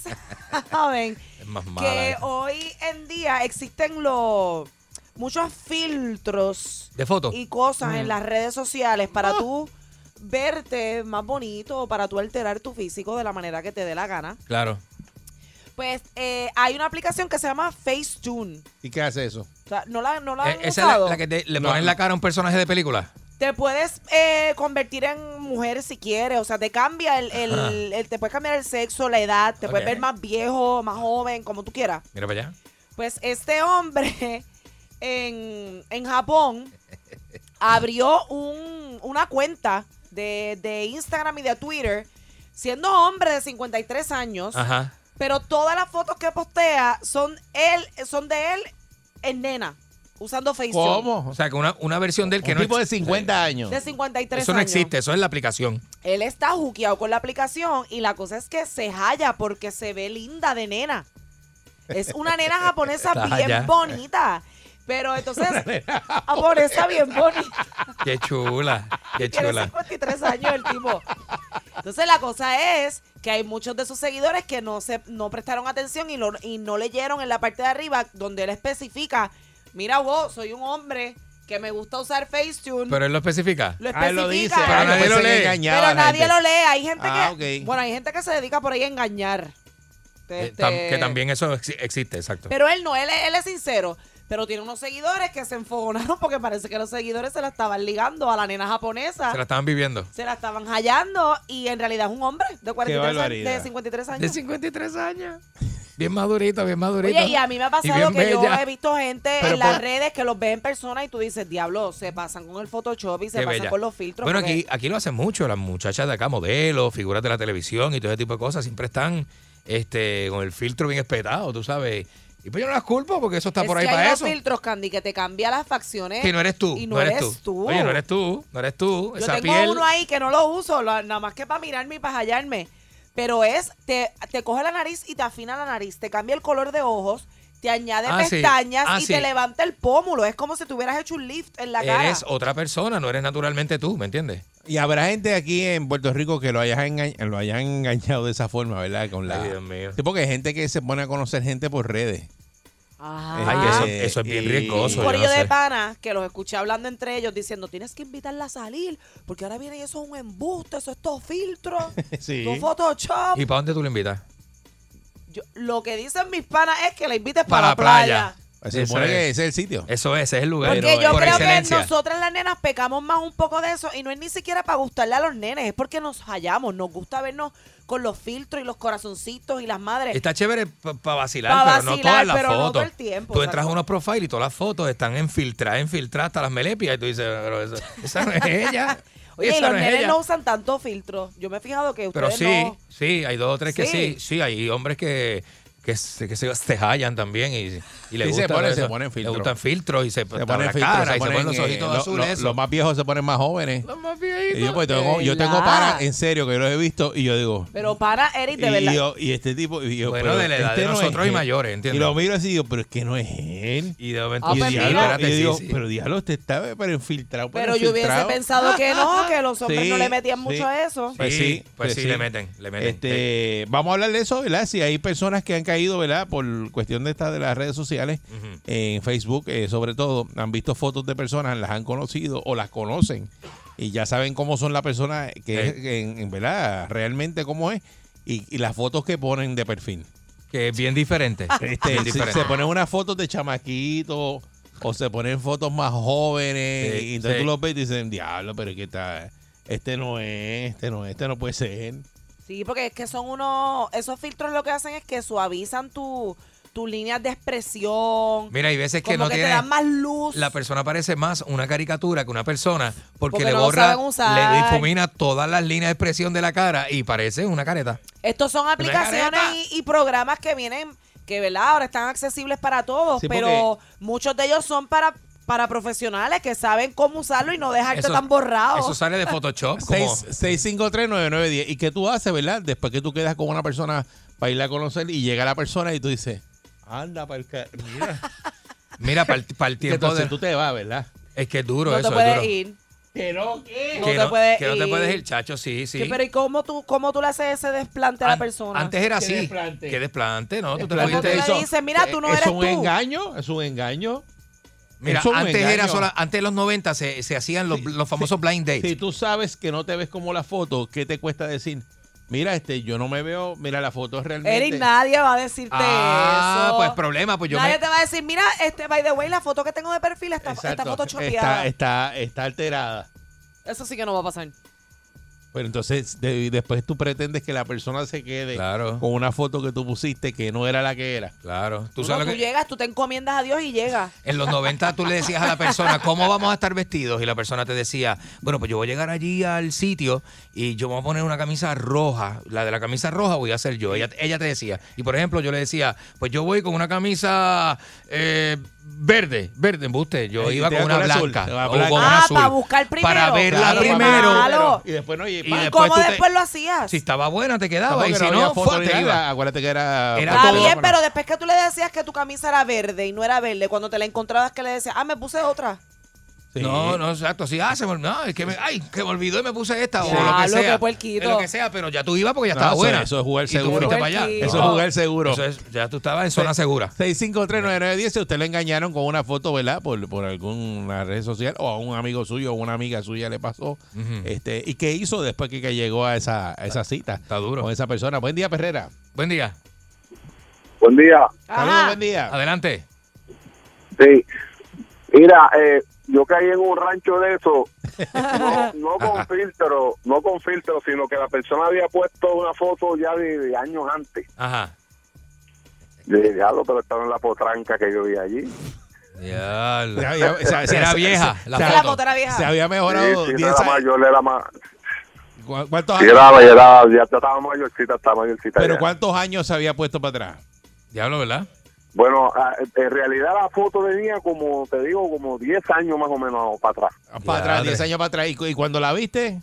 S5: saben
S3: es más mala.
S5: que
S3: esa.
S5: hoy en día existen los muchos filtros
S3: De Ah. foto.
S5: y cosas en las redes sociales para tú verte más bonito o para tú alterar tu físico de la manera que te dé la gana.
S3: Claro.
S5: Pues eh, hay una aplicación que se llama Facetune.
S4: ¿Y qué hace eso?
S5: O sea, no la, no la
S3: Eh,
S5: han
S3: esa es la,
S5: usado.
S3: la que te- le
S4: No.
S3: ponen la cara a un personaje de película.
S5: Te puedes eh, convertir en mujer si quieres, o sea, te cambia el, el- el- te puedes cambiar el sexo, la edad, te puedes
S3: Ok.
S5: ver más viejo, más joven, como tú quieras.
S3: Mira para allá.
S5: Pues este hombre en, en Japón abrió un- una cuenta de, de Instagram y de Twitter, siendo hombre de 53 años,
S3: Ajá.
S5: pero todas las fotos que postea son él, son de él en nena, usando Facebook.
S3: O sea, que una, una versión del que
S4: un
S3: no
S4: tipo de
S3: ex-
S4: 50 años.
S5: De 53
S3: Eso no
S5: años.
S3: existe, eso es la aplicación.
S5: Él está juqueado con la aplicación y la cosa es que se halla porque se ve linda de nena. Es una nena japonesa
S3: Está
S5: bien
S3: halla.
S5: bonita. Pero entonces, ah, japonesa bien bonita.
S3: Qué chula, qué
S5: Tiene
S3: chula.
S5: 53 años el tipo. Entonces la cosa es que hay muchos de sus seguidores que no se no prestaron atención y, lo- y no leyeron en la parte de arriba donde él especifica, mira vos, soy un hombre que me gusta usar Facetune.
S3: Pero él lo especifica.
S5: lo
S4: Ah,
S5: especifica.
S4: él lo dice.
S3: Pero
S4: Ah, yo
S3: nadie
S4: pensé
S3: lo
S4: que
S3: lee.
S4: engañaba a
S5: Pero
S4: la
S5: nadie
S4: gente.
S5: lo lee. Hay gente
S4: Ah,
S5: que.
S4: ok.
S5: Bueno, hay gente que se dedica por ahí a engañar. Te-
S3: Eh, tam-
S5: te-
S3: que también eso exi- existe, exacto.
S5: Pero él no, él, es- él es sincero. Pero tiene unos seguidores que se enfogonaron porque parece que los seguidores se la estaban ligando a la nena japonesa.
S3: Se la estaban viviendo.
S5: Se la estaban hallando y en realidad es un hombre de, 43 años- de
S4: barbaridad.
S5: 53
S3: De
S5: años.
S3: 53 años. Bien madurito, bien madurito.
S5: Oye, y a mí me ha
S3: Y
S5: pasado
S3: bien
S5: que yo
S3: bella.
S5: he visto gente
S4: Pero
S5: en las
S4: por-
S5: redes que los ve en persona y tú dices, diablo, se pasan con el Photoshop y se
S3: Qué
S5: pasan
S3: bella.
S5: con los filtros.
S3: Bueno,
S5: porque-
S3: aquí, aquí lo hacen mucho. Las muchachas de acá, modelos, figuras de la televisión y todo ese tipo de cosas, siempre están este, con el filtro bien espetado, tú sabes. Y pues yo no las culpo porque eso está
S5: Es
S3: por ahí
S5: que hay
S3: para
S5: unos
S3: eso.
S5: filtros, Candy, que te cambia las facciones.
S3: Que no eres tú.
S5: Y no, eres, tú.
S3: Oye, no eres tú. No eres tú.
S5: Yo
S3: Pues Esa
S5: tengo
S3: piel.
S5: uno ahí que no lo uso, lo- nada más que para mirarme y para hallarme. Pero es, te, te coge la nariz y te afina la nariz, te cambia el color de ojos, te añade
S3: Ah, sí.
S5: pestañas
S3: Ah,
S5: y
S3: sí.
S5: te levanta el pómulo. Es como si te hubieras hecho un lift en la cara.
S3: Eres otra persona, no eres naturalmente tú, ¿me entiendes?
S4: Y habrá gente aquí en Puerto Rico que lo hayas enga- lo hayan engañado de esa forma, ¿verdad? Con la...
S3: Ay, Dios mío.
S4: Sí, porque hay gente que se pone a conocer gente por redes.
S5: Ajá.
S3: Ay, eso,
S4: Eh,
S3: eso es bien
S4: y-
S3: riesgoso.
S5: un
S3: yo
S5: corillo
S3: no
S5: Ah. de
S3: sé.
S5: pana que los escuché hablando entre ellos diciendo tienes que invitarla a salir porque ahora viene y eso es un embuste, eso es todo filtro,
S4: Sí.
S5: todo Photoshop.
S3: ¿Y para dónde tú lo invitas?
S5: Yo- lo que dicen mis panas es que la invites para,
S3: Para
S5: la
S3: la
S5: playa.
S3: playa.
S4: Se
S3: Eso
S4: supone que
S3: es.
S4: ese es el sitio.
S3: Eso es, ese es el lugar.
S5: Porque yo
S3: Pues, por
S5: creo
S3: excelencia.
S5: que nosotras las nenas pecamos más un poco de eso y no es ni siquiera para gustarle a los nenes, es porque nos hallamos, nos gusta vernos con los filtros y los corazoncitos y las madres.
S3: Está chévere para vacilar,
S5: Pa'
S3: pero no
S5: vacilar,
S3: todas las
S5: pero no
S3: fotos.
S5: todo el tiempo,
S3: tú entras
S5: exacto.
S3: a unos profiles y todas las fotos están infiltradas, infiltradas hasta las melepias y tú dices, pero esa, esa no es ella.
S5: Oye,
S3: esa
S5: y los
S3: no es
S5: nenes
S3: ella.
S5: no usan tanto filtro. Yo me he fijado que
S3: Pero
S5: ustedes
S3: sí,
S5: no...
S3: sí, hay dos o tres que
S5: Sí.
S3: sí. Sí, hay hombres que, que, se, que se, se hallan también y, y les
S4: Sí, se
S3: gusta
S4: ponen-
S3: eso.
S4: se ponen filtros.
S3: Le gustan filtros y se,
S4: Se
S3: tapan
S4: ponen
S3: la
S4: filtros,
S3: cara
S4: ponen,
S3: y se ponen los
S4: eh,
S3: ojitos
S4: lo-
S3: azules.
S4: lo-
S3: eso.
S4: los más viejos se ponen más jóvenes.
S3: Los más
S4: Y yo,
S3: viejitos.
S4: pues, tengo, yo tengo
S5: ¿Verdad?
S4: para, en serio, que yo los he visto y yo digo.
S5: Pero para, Eric, de
S4: y,
S5: verdad.
S4: yo- y este tipo. Y yo,
S3: Bueno,
S4: pero
S3: de la edad
S4: este
S3: de
S4: no es
S3: nosotros y
S4: él.
S3: mayores,
S4: Y
S3: ¿entiendes?
S4: lo miro así y digo, pero es que no es él.
S3: Y de momento,
S5: Ah,
S4: y
S5: pues
S4: yo,
S5: mira.
S4: diablo,
S3: espérate,
S4: y yo
S3: sí,
S4: digo,
S3: sí.
S4: pero diablo, usted está pero infiltrado.
S5: Pero yo hubiese
S4: infiltrado.
S5: pensado que no, que los hombres
S4: Sí,
S5: no le metían
S4: sí.
S5: mucho a eso.
S4: Pues sí, pues
S3: pues sí,
S4: sí.
S3: le meten, le meten. eh.
S4: Este, vamos a hablar de eso, ¿verdad? Si hay personas que han caído, ¿verdad? Por cuestión de esta de las redes sociales,
S3: Ujú.
S4: en Facebook, eh, sobre todo, han visto fotos de personas, las han conocido o las conocen y ya saben cómo son la persona que
S3: Eh.
S4: es, en, en verdad, realmente cómo es y, y las fotos que ponen de perfil.
S3: que es bien diferente.
S4: Este,
S3: Bien
S4: si
S3: diferente.
S4: se ponen unas fotos de chamaquito o se ponen fotos más jóvenes
S3: Sí,
S4: y entonces
S3: sí.
S4: tú los ves y dicen, diablo, pero es que está, este no es, este no es, este no puede ser.
S5: Sí, porque es que son unos. Esos filtros lo que hacen es que suavizan tu, tus líneas de expresión.
S3: Mira, hay veces que
S5: como
S3: no
S5: que te
S3: tiene
S5: dan más luz.
S3: la persona parece más una caricatura que una persona porque,
S5: Porque
S3: le
S5: no lo
S3: borra,
S5: saben usar.
S3: le difumina todas las líneas de expresión de la cara y parece una careta.
S5: Estos son aplicaciones
S3: careta.
S5: y, y programas que vienen, que ¿verdad? ahora están accesibles para todos,
S4: Sí,
S5: pero muchos de ellos son para, para profesionales que saben cómo usarlo y no dejarte tan borrado.
S3: Eso sale de Photoshop como
S4: 6539910. ¿Y qué tú haces, verdad? Después que tú quedas con una persona para ir a conocer y llega la persona y tú dices, anda para el ca- Mira.
S3: mira para el,
S4: Y
S3: tiempo
S4: entonces
S3: de-
S4: tú te vas, ¿verdad?
S3: es que es duro
S5: no
S3: eso,
S5: te
S3: es
S5: puedes
S3: duro.
S5: ir.
S4: Que no, ¿qué?
S5: No
S3: que
S5: te puedes
S3: que no
S5: ir.
S3: te puedes ir, chacho, sí, sí.
S5: Sí, pero ¿y cómo tú, cómo tú le haces ese desplante a la
S3: An-
S5: persona?
S3: Antes era
S4: Qué
S3: así.
S4: desplante.
S3: Que desplante, no, tú te
S5: Desplante.
S3: fuiste.
S5: Eso- dices, mira, tú no
S4: es
S5: eres
S4: un
S5: tú.
S4: engaño, es un engaño.
S3: Mira,
S4: Eso es un
S3: antes era
S4: engaño.
S3: sola, antes de los 90 se, se hacían los, los famosos blind dates.
S4: Si tú sabes que no te ves como la foto, ¿qué te cuesta decir? Mira, este, yo no me veo, mira, la foto es realmente...
S5: Eric, nadie va a decirte
S3: ah,
S5: eso.
S3: pues problema, pues yo
S5: Nadie
S3: me-
S5: te va a decir, mira, este, by the way, la foto que tengo de perfil está, está
S4: Exacto,
S5: photoshopeada".
S4: está, está, está alterada.
S5: Eso sí que no va a pasar.
S4: Pero entonces de- después tú pretendes que la persona se quede
S3: Claro.
S4: con una foto que tú pusiste que no era la que era.
S3: Claro, tú
S5: Tú,
S3: sabes
S5: no,
S3: lo
S5: tú
S3: que
S5: llegas, tú te encomiendas a Dios y llegas.
S3: En los 90 tú le decías a la persona, ¿cómo vamos a estar vestidos? Y la persona te decía, bueno, pues yo voy a llegar allí al sitio y yo me voy a poner una camisa roja. La de la camisa roja voy a ser yo. Ella, ella te decía. Y por ejemplo, yo le decía, pues yo voy con una camisa eh, verde, verde, embuste. Yo
S4: Y
S3: iba
S4: te
S3: con
S4: iba
S3: una
S4: con azul,
S3: blanca.
S4: te va
S3: o
S4: blanca.
S3: con
S5: Ah,
S3: una azul.
S5: para buscar primero.
S3: Para verla
S5: Claro,
S4: para
S3: primero.
S4: ver
S5: Malo.
S4: primero. Y después no y
S3: Y después
S5: ¿Cómo
S3: Ah, pues tú te-
S5: después lo hacías?
S3: Si estaba buena te quedaba
S4: Tampoco
S3: y
S4: que
S3: si
S4: había
S3: no,
S4: foto
S3: fue,
S4: ni
S3: te
S4: nada.
S3: iba.
S4: Acuérdate que era.
S3: Era
S5: Está
S3: todo.
S5: bien,
S4: teléfono.
S5: pero después que tú le decías que tu camisa era verde y no era verde, cuando te la encontrabas que le decías, ah, me puse otra.
S4: Sí.
S3: No, no, exacto. Sí, ah, se me, ol- no, es que me, ay, que me olvidó y me puse esta o
S5: Ya,
S3: lo que
S5: lo que
S3: sea.
S5: puerquito.
S3: Es lo que sea, pero ya tú ibas porque ya
S4: No,
S3: estaba
S4: eso-
S3: buena.
S4: eso es jugar
S3: Y tú
S4: seguro.
S3: fuiste para allá.
S5: Puerquito.
S4: Eso es jugar seguro.
S3: Eso es- ya tú estabas en zona segura.
S4: 6539910, si usted le engañaron con una foto, ¿verdad? Por, por alguna red social o a un amigo suyo o una amiga suya le pasó. este ¿Y qué hizo después que, que llegó a esa, a esa cita?
S3: está duro.
S4: Con esa persona. Buen día, Perrera.
S3: Buen día.
S6: Buen día.
S4: Saludos,
S5: Ajá.
S4: buen día.
S3: Adelante.
S6: Sí. Mira, eh, yo caí en un rancho de eso, no, no con filtro, no con filtro, sino que la persona había puesto una foto ya de, de años antes.
S3: Ajá.
S6: Yo dije, diablo, pero estaba en la potranca que yo vi allí.
S3: Diablo.
S4: Se había- se- se-
S3: Era
S4: se-
S3: vieja,
S4: se-
S3: la
S4: se-
S5: Que la foto era vieja.
S4: Se había mejorado
S6: Sí, sí,
S4: 10
S6: yo era
S4: oh, años.
S6: mayor, era más.
S4: ¿Cu- ¿Cuántos
S6: Sí,
S4: años?
S6: era, era- ya estaba mayorcita, estaba mayorcita.
S4: Pero
S6: ya.
S4: ¿cuántos años se había puesto para atrás?
S3: Diablo, ¿verdad?
S6: Bueno, ah, en realidad la foto tenía como, te digo, como 10 años más o menos para atrás.
S4: Ah, Para atrás,
S3: Diadre.
S4: 10 años para atrás. ¿Y, cu- y cuando la viste?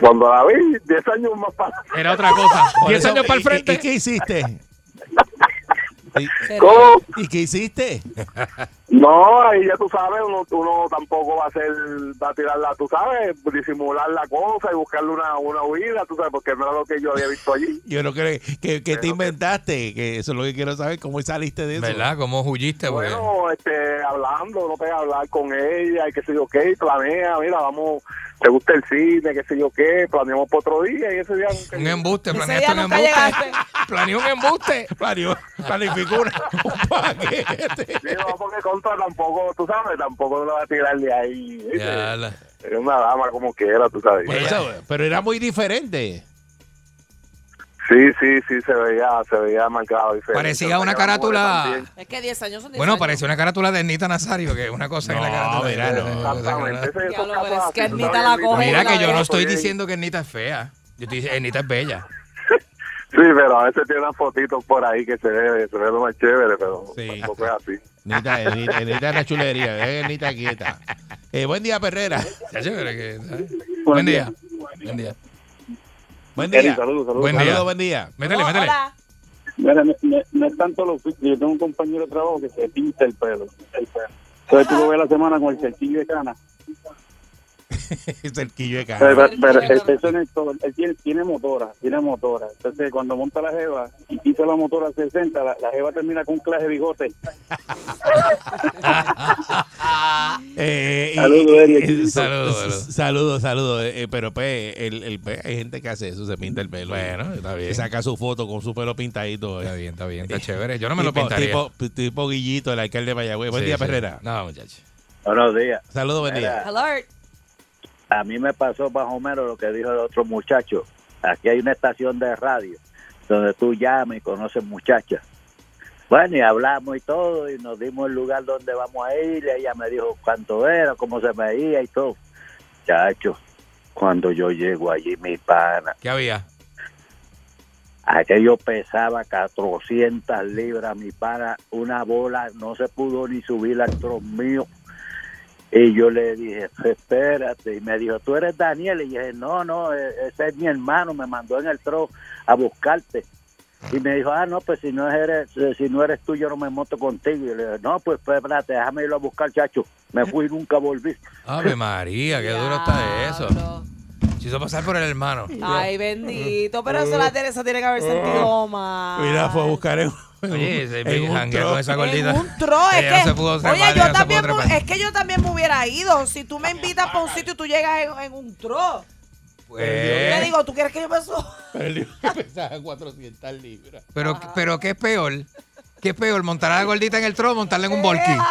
S10: Cuando la vi, 10 años más para
S11: Era otra cosa.
S4: Por
S11: 10
S4: eso-
S11: años para el
S4: ¿y- y-
S11: frente.
S4: ¿Y qué hiciste?
S10: ¿Cómo?
S4: ¿Y qué hiciste?
S10: No, ahí ya tú sabes, uno, uno tampoco va a hacer, va a tirarla, tú sabes, disimular la cosa y buscarle una, una huida, tú sabes, porque no era lo que yo había visto allí.
S4: Yo no creo que, que te inventaste, que eso es lo que quiero saber, cómo saliste de eso.
S3: ¿Verdad? ¿Cómo huyiste? Porque-
S10: Bueno, este, hablando, no pega hablar con ella y qué sé yo qué, y planea, mira, vamos, te gusta el cine, qué sé yo qué, planeamos para otro día y ese día nunca-
S3: Un em- embuste,
S5: Ese
S3: planeaste un
S5: día nunca
S3: embuste.
S5: llegaste.
S3: Planeó un embuste.
S4: Planificó, planificó una- un paquete.
S10: Sí, no, porque contra tampoco, tú sabes, tampoco la va a tirar de ahí. ¿viste?
S3: Ya, Pues la-
S10: Es una dama como quiera, tú sabes.
S4: Por eso, pero era muy diferente.
S10: Sí, sí, sí, se veía, se veía marcado diferente.
S3: Parecía
S10: Se veía
S3: una
S10: mujer
S3: carátula.
S10: también.
S5: Es que 10 años son 10
S3: Bueno,
S5: años.
S3: parecía una carátula de Ernita Nazario, que es una cosa que
S4: No,
S3: la carátula.
S4: verá, no.
S10: Exactamente. ese- esos
S5: Diablo,
S10: casos
S5: pero es que
S10: así, tú
S5: Ernita
S10: sabes,
S5: la
S10: Ernita,
S5: coge
S3: Mira que yo no
S5: Oye,
S3: estoy
S10: oye,
S3: diciendo que Ernita es fea. Yo estoy diciendo Ernita es bella.
S10: Sí, pero a veces tiene unas fotitos por ahí que se ve, se ve lo más chévere, pero
S4: Sí.
S10: tampoco es así.
S4: Nita, Nita, Nita era chulería, dejen a Nita quieta. Eh, buen día, Perrera.
S3: Ya chévere que- ¿sabes? Buen día. Buen día.
S4: Buen día.
S10: Eric, saludos, saludos.
S3: Buen
S4: Saludos,
S3: día.
S4: buen día.
S3: Métele, métele.
S5: Oh, Hola.
S10: Mira, no, no- no es tanto lo físico. Yo tengo un compañero de trabajo que se pinta el pelo. El pelo. Entonces tú lo ves la semana con el cerquillo de cana.
S3: Ah.
S4: Es el quillo de
S10: Pero,
S4: cara.
S10: pero
S5: Cerquillo de cana.
S10: eso no es todo. Él tiene, tiene motora, tiene motora. Entonces cuando monta la jeva y pisa la motora a 60, la, la jeva termina con un clase de bigote.
S4: Eh, y-
S10: Saludos, Eric.
S4: y-
S3: Saludos,
S4: s-
S3: saludos.
S4: Saludos, saludos. Eh, pero pues, el, el- pues, hay gente que hace eso, se pinta el pelo.
S3: Bueno, está bien.
S4: Que saca su foto con su pelo pintadito.
S3: Está
S4: eh.
S3: bien, está bien. Está chévere. Yo no me lo
S4: Tipo-
S3: pintaría.
S4: Tipo, tipo Guillito, el alcalde de Mayagüez. Buen
S3: Sí,
S4: día,
S3: sí.
S4: Perrera.
S3: No, muchacho.
S7: Buenos días.
S4: Saludos, buen día.
S5: Alert.
S7: a mí me pasó más o menos lo que dijo el otro muchacho. Aquí hay una estación de radio donde tú llamas y conoces muchachas. Bueno, y hablamos y todo, y nos dimos el lugar donde vamos a ir, y ella me dijo cuánto era, cómo se veía y todo. Chacho, cuando yo llego allí, mi pana,
S3: ¿Qué había?
S7: aquello pesaba 400 libras, mi pana, una bola, no se pudo ni subir al tron mío. Y yo le dije, espérate, y me dijo, tú eres Daniel, y dije, no, no, e- ese es mi hermano, me mandó en el tro a buscarte. Y me dijo, ah, no, pues si no eres, si no eres tú, yo no me monto contigo. Y yo le dije, no, pues pues, espérate, déjame irlo a buscar, chacho. Me fui y nunca volví.
S3: Ave María, qué duro está eso.
S5: Diablo.
S3: Se hizo pasar por el hermano.
S5: Ay, bendito. Pero eso la Teresa tiene que haber
S3: Oh.
S5: sentido más.
S4: Mira, fue a buscar en,
S3: Oye, ese
S4: en un
S3: jangueo
S4: tro-
S3: con esa
S5: En
S3: gordita.
S5: un tro, es
S3: Ella no
S5: que,
S3: se pudo trepar,
S5: oye,
S3: ella no
S5: yo
S3: se
S5: también,
S3: pudo
S5: mu-
S3: trepar.
S5: es que yo también me hubiera ido. Si tú me invitas para un sitio y tú llegas en, en un tro, yo
S3: Pues,
S5: le digo, ¿tú quieres que yo me suba?
S4: Perdió que pesaba 400 libras.
S3: pero, pero ¿qué es peor? ¿Qué es peor? ¿Montar a la gordita en el tro o montarla en un volky?
S5: Eh, ¡Ea!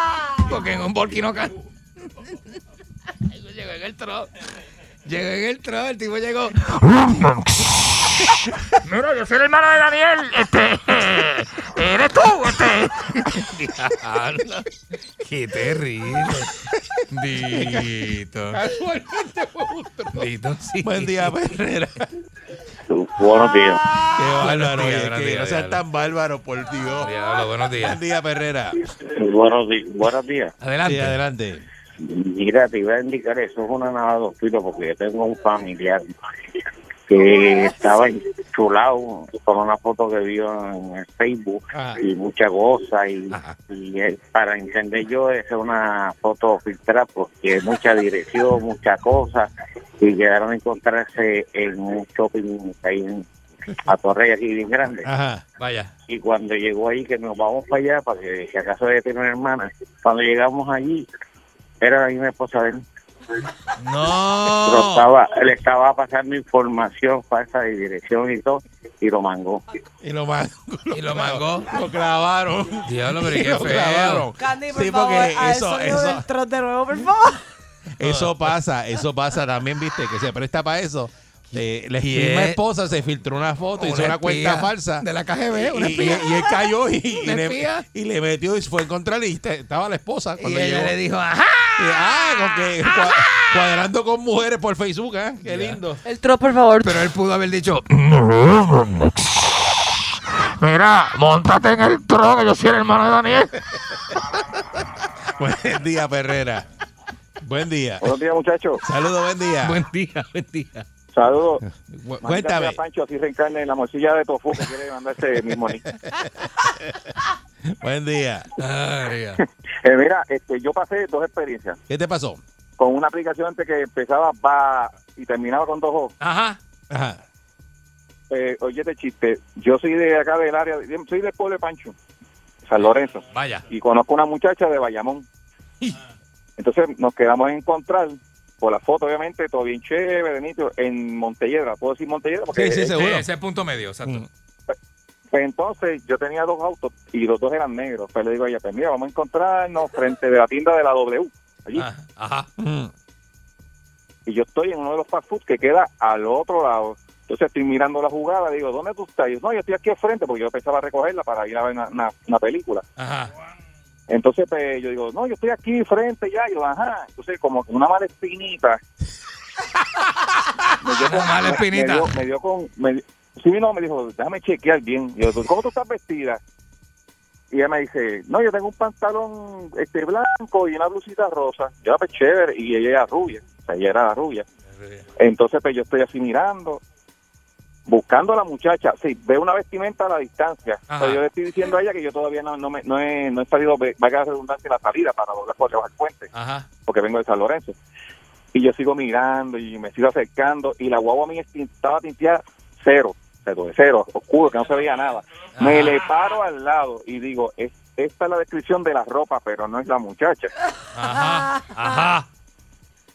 S3: Porque en un volky no cae. pues llegó en el tro. Llegó en el tro, el tipo llegó. Mira, yo soy el hermano de Daniel. Este, eres tú, este. Diablo. Qué terrible. Dito. Dito, sí.
S4: Buen día, Perrera. Qué
S12: Buenos días.
S4: bárbaro.
S3: días,
S4: oye,
S3: buenos
S4: que
S3: días,
S4: no seas
S3: diablo.
S4: tan bárbaro, por Dios.
S3: Diablo, buenos días.
S4: Buen día, Perrera.
S12: Buenos, di- buenos días.
S4: Sí,
S3: Adelante.
S4: adelante.
S12: Mira, te iba a indicar, eso es una nada dos pilos, porque yo tengo un familiar que estaba enchulado con una foto que vio en el Facebook
S4: Ah.
S12: y mucha goza y,
S3: Ajá.
S12: y él- para entender yo es una foto filtrada porque mucha dirección, mucha cosa y llegaron a encontrarse en un shopping ahí en, a Torrey aquí bien grande
S4: Ajá.
S3: Vaya.
S12: y cuando llegó ahí que nos vamos para allá para que si acaso ella tiene una hermana cuando llegamos allí era la misma esposa de él pero
S3: No.
S12: estaba le estaba pasando información falsa de dirección y todo y lo mangó
S4: Y lo mangó.
S3: Y lo mangó.
S4: Lo clavaron.
S3: Diablo, pero
S4: Y
S3: qué
S4: lo
S3: feo.
S4: clavaron.
S5: Candy, por
S4: Sí,
S5: favor,
S4: porque
S5: a
S4: eso,
S5: eso,
S4: eso,
S5: del tro de nuevo, por favor.
S4: Eso pasa, eso pasa también, viste, que se presta para eso. Eh, la
S3: ¿Quién?
S4: misma esposa se filtró una foto,
S3: Una
S4: hizo una
S3: espía
S4: cuenta falsa.
S3: de la KGB, una
S4: y,
S3: espía.
S4: y- y él cayó y, y
S3: Una
S4: le,
S3: espía.
S4: y le metió y fue en contra y te- estaba la esposa.
S3: Y
S4: Cuando
S3: ella
S4: llegó.
S3: le
S4: Y,
S3: dijo, ajá.
S4: ah, con que cua- cuadrando con mujeres por Facebook, ¿eh? Qué lindo.
S5: El tro, por favor.
S3: Pero él pudo haber dicho,
S2: Mira, montate en el trono, yo soy el hermano de Daniel.
S4: Buen día, Perrera. Buen día.
S10: Buenos días, muchachos.
S4: Saludos, buen día.
S3: buen día, buen día.
S10: Saludos.
S4: Cu-
S10: Maldita
S4: Cuéntame.
S10: sea Pancho, así reencarna en la morcilla de tofu que quiere mandarse mismo. niño.
S4: Buen día.
S10: Eh, mira, este, yo pasé dos experiencias.
S4: ¿Qué te pasó?
S10: Con una aplicación antes que empezaba va y terminaba con dos ojos.
S3: Ajá.
S4: Ajá.
S10: Eh, oye, este chiste. Yo soy de acá del área, de- soy del pueblo de Pancho, San Lorenzo.
S3: Vaya.
S10: y conozco una muchacha de Bayamón. Entonces nos quedamos a encontrar por la foto, obviamente, todo bien chévere, nítido, en Montelledra. ¿Puedo decir Montelledra? Porque
S4: Sí, sí,
S10: eh,
S4: seguro. Mm.
S3: Ese este es punto medio, exacto.
S10: pues entonces yo tenía dos autos y los dos eran negros. Pues le digo a ella, pues mira, vamos a encontrarnos frente de la tienda de la W. Allí.
S3: Ah, ajá.
S4: Mm.
S10: Y yo estoy en uno de los fast food que queda al otro lado. Entonces estoy mirando la jugada, digo, ¿dónde tú estás? Y yo, no, yo estoy aquí al frente porque yo pensaba recogerla para ir a ver una- una- una película.
S3: Ajá.
S10: Entonces pues, yo digo, no, yo estoy aquí frente ya, yo, ajá. Entonces como que una mala espinita. me dio
S3: Una mala
S10: me-
S3: espinita.
S10: Me dio, me dio con... Me, di- sí, no, me dijo, déjame chequear bien. Yo, ¿cómo tú estás vestida? Y ella me dice, no, yo tengo un pantalón este blanco y una blusita rosa. Yo, ah, pues chévere, y ella era rubia. O sea, ella era rubia. Entonces pues yo estoy así mirando, buscando a la muchacha. Sí, veo una vestimenta a la distancia.
S3: Ajá.
S10: Pero yo le estoy diciendo a ella que yo todavía no, no, me- no he, no he salido, ve- valga la redundancia, la salida para volver por debajo del puente,
S3: Ajá.
S10: porque vengo de San Lorenzo. Y yo sigo mirando y me sigo acercando y la guagua mía tin- estaba tinteada cero, cero, de cero, oscuro, que no se veía nada. Me le paro al lado y digo, "Es- esta es la descripción de la ropa, pero no es la muchacha.
S3: Ajá. Ajá.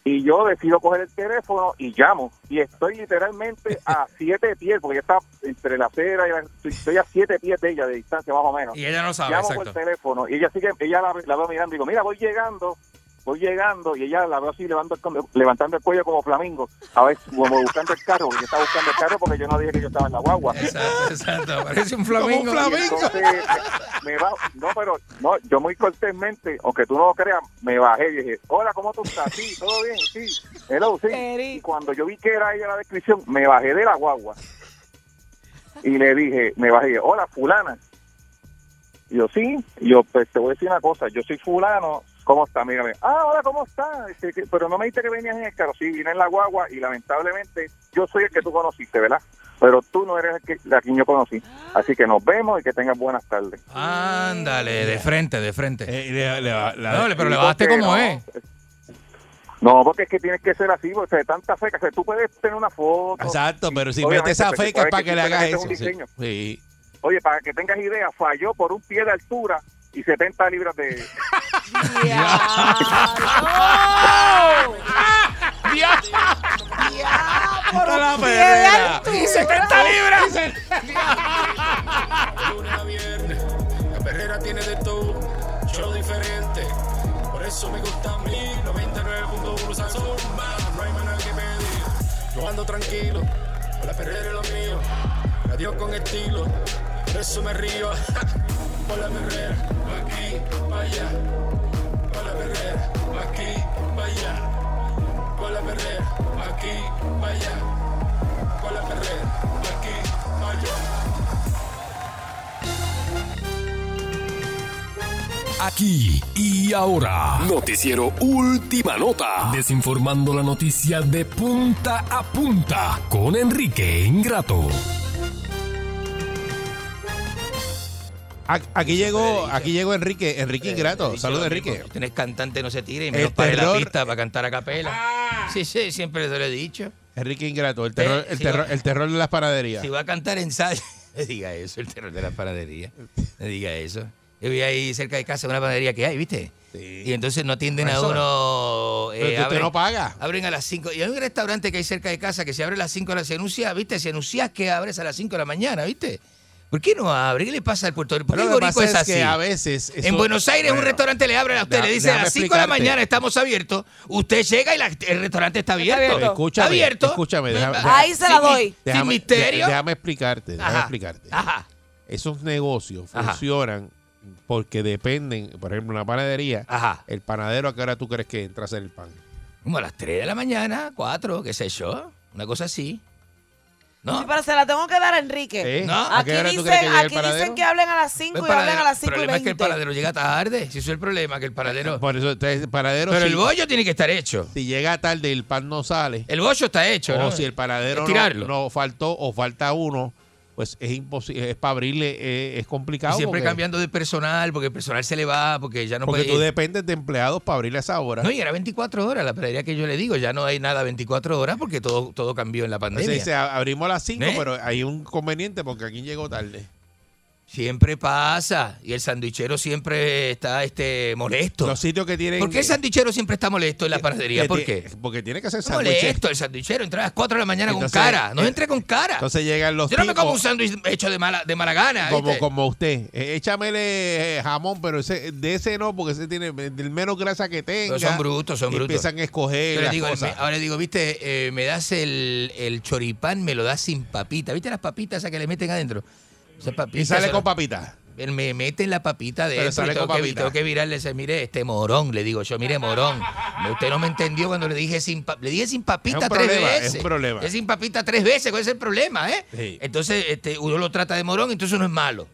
S10: Y yo decido coger el teléfono y llamo. Y estoy literalmente a siete pies, porque ya está entre la acera y la- Estoy a siete pies de ella, de distancia más o menos.
S3: Y ella no sabe,
S10: Llamo
S3: exacto.
S10: por teléfono y ella sigue, ella la, la veo mirando y digo, mira, voy llegando, voy llegando y ella la veo así levando el con- levantando el cuello como flamingo, a ver, como buscando el carro, porque yo estaba buscando el carro porque yo no dije que yo estaba en la guagua.
S3: Exacto, exacto. Parece un
S4: Como
S3: flamingo.
S4: un flamingo.
S10: Entonces, me, me ba- no, pero no, yo muy cortésmente, aunque tú no lo creas, me bajé y dije, hola, ¿cómo tú estás? Sí, todo bien, sí, hello, sí.
S5: Eri.
S10: Y cuando yo vi que era ella la descripción, me bajé de la guagua y le dije, me bajé, hola, fulana. Y yo, sí, Y yo, pues te voy a decir una cosa, yo soy fulano, ¿cómo está? Mírame, ah, hola, ¿cómo está? Este, que- pero no me dijiste que venías en el carro, sí, vine en la guagua y lamentablemente yo soy el que tú conociste, ¿verdad? Pero tú no eres el que, la que yo conocí. Así que nos vemos y que tengas buenas tardes.
S3: Ándale, de frente, de frente.
S4: Eh, le- le- la-
S3: No, le- pero le
S10: Digo
S3: bajaste
S10: que
S3: como
S10: no.
S3: es.
S10: No, porque es que tienes que ser así, porque de tanta fe, que o sea, tú puedes tener una foto.
S4: Exacto, pero si
S10: Obviamente,
S4: metes esa
S10: pero
S4: feca
S10: sabes
S4: para
S10: que
S4: que le hagas eso.
S10: simplemente es un
S4: Sí.
S10: diseño.
S4: Sí.
S10: Oye, para que tengas idea, falló por un pie de altura y 70 libras de...
S5: ¡Diablo! ¡Diablo!
S4: la
S5: ¡Qué de
S4: perrera.
S5: altura!
S3: libras!
S2: De lunes a viernes, la perrera tiene de todo, show diferente. Por eso me gusta a mí, 99.1 Salsón, más, no hay manera que me diga. Yo ando tranquilo, con la perrera es lo mío, adiós con estilo, por eso me río. Por la perrera, pa' aquí, pa' allá. Por la perrera, pa' aquí, pa' allá. Por la perrera, pa' aquí, pa' allá. Por la perrera, pa' aquí, pa' allá.
S1: Aquí y ahora. Noticiero Última Nota. Desinformando la noticia de punta a punta con Enrique Ingrato.
S4: A- Aquí llegó, aquí llegó Enrique, Enrique Ingrato. Saludos, Enrique.
S3: Tienes cantante, no se tire y
S4: El
S3: menos para la
S4: terror. Ah.
S3: pista para cantar a capela. Sí, sí, siempre se lo he dicho.
S4: Enrique Ingrato, el terror, el
S3: Eh, sí,
S4: terror,
S3: va.
S4: el terror de las panaderías.
S3: Si va a cantar ensayo, no diga eso, el terror de la panadería. No diga eso. Yo vi ahí cerca de casa una panadería que hay, ¿viste?
S4: Sí.
S3: Y entonces no atienden a
S4: Eso.
S3: uno. eh,
S4: Pero usted
S3: abren-
S4: no paga.
S3: Abren a las 5. Y hay un restaurante que hay cerca de casa que se abre a las 5 de la se anuncia, ¿viste? Se anuncia que abres a las 5 de la mañana, ¿viste? ¿Por qué no abre? ¿Qué le pasa al Puerto Rico? ¿Por qué
S4: Pero
S3: el
S4: lo que
S3: boricua
S4: pasa es
S3: es así?
S4: que a veces eso-
S3: en Buenos Aires un
S4: Bueno.
S3: restaurante le abre a usted,
S4: Da-
S3: le dice a
S4: déjame
S3: las 5 de la
S4: explicarte.
S3: mañana estamos abiertos. Usted llega y la- el restaurante está abierto.
S5: abierto.
S4: Escúchame,
S3: Está abierto.
S4: escúchame, déjame-
S5: Ahí se la
S3: Sin mi-
S5: doy.
S3: Sin
S4: Déjame-
S3: misterio.
S4: de- Déjame explicarte, déjame
S3: Ajá,
S4: explicarte.
S3: Ajá.
S4: Esos negocios
S3: Ajá.
S4: funcionan porque dependen, por ejemplo, una panadería,
S3: Ajá.
S4: el panadero a qué hora tú crees que entra a hacer el pan.
S3: Como a las 3 de la mañana, 4, qué sé yo. Una cosa así.
S5: Sí, pero se la tengo que dar a Enrique.
S3: ¿Eh? No. ¿A
S5: Aquí
S3: qué hora tú
S5: dicen,
S3: crees que llega el
S5: aquí dicen
S3: paradero?
S5: que hablen a las 5 y
S3: El paradero-
S5: hablen a las 5 y
S3: El problema es que el
S5: 20.
S3: paradero llega tarde. Si eso es el problema, que el paradero.
S4: Por eso está el paradero.
S3: Pero
S4: sí.
S3: el bollo tiene que estar hecho.
S4: Si llega tarde y el pan no sale.
S3: El bollo está hecho.
S4: o
S3: ¿no?
S4: si Oh, el paradero
S3: Es
S4: no,
S3: tirarlo.
S4: no faltó o falta uno, pues es imposible, es para abrirle, eh, es complicado.
S3: Y siempre
S4: porque,
S3: cambiando de personal, porque el personal se le va, porque ya no
S4: porque
S3: puede.
S4: tú
S3: ir.
S4: dependes de empleados para abrirle a esa hora.
S3: No, y era 24 horas la panadería que yo le digo. Ya no hay nada 24 horas porque todo, todo cambió en la
S4: Entonces
S3: pandemia.
S4: dice, "A- abrimos a las 5,
S3: ¿Eh?
S4: pero hay un conveniente porque aquí llegó tarde.
S3: Siempre pasa. Y el sandwichero siempre está este molesto.
S4: Los sitios que tienen.
S3: ¿Por qué el sandwichero siempre está molesto en la panadería?
S4: que
S3: ¿Por
S4: ti-
S3: qué?
S4: Porque tiene que ser
S3: Está
S4: sándwiches.
S3: molesto el sandwichero. Entra a las 4 de la mañana
S4: Entonces,
S3: con cara. No
S4: eh,
S3: entre con cara.
S4: Entonces llegan los
S3: Yo no me como un
S4: tipos,
S3: sándwich hecho de mala, de mala gana.
S4: como,
S3: ¿viste?
S4: como usted. Eh, échamele eh, jamón, pero ese, de ese no, porque ese tiene del menos grasa que tenga.
S3: Pero son brutos, son
S4: Y
S3: brutos.
S4: Empiezan a escoger
S3: Yo le
S4: las
S3: digo,
S4: cosas.
S3: me- ahora le digo, viste, eh, me das el, el choripán, me lo das sin papita. ¿Viste las papitas esas que le meten adentro? Esas papitas
S4: Y sale
S3: son-
S4: con papita.
S3: Él me mete la papita de
S4: Pero
S3: esto y
S4: sale
S3: tengo,
S4: con
S3: que,
S4: papita.
S3: tengo que virarle ese, mire, este morón, le digo yo, mire, morón. Usted no me entendió cuando le dije sin papita. Le dije sin papita
S4: Es un
S3: tres
S4: problema, es
S3: veces.
S4: un problema.
S3: Es sin papita tres veces, ¿cuál es el problema, eh?
S4: Sí.
S3: Entonces, este, uno lo trata de morón, entonces uno es malo.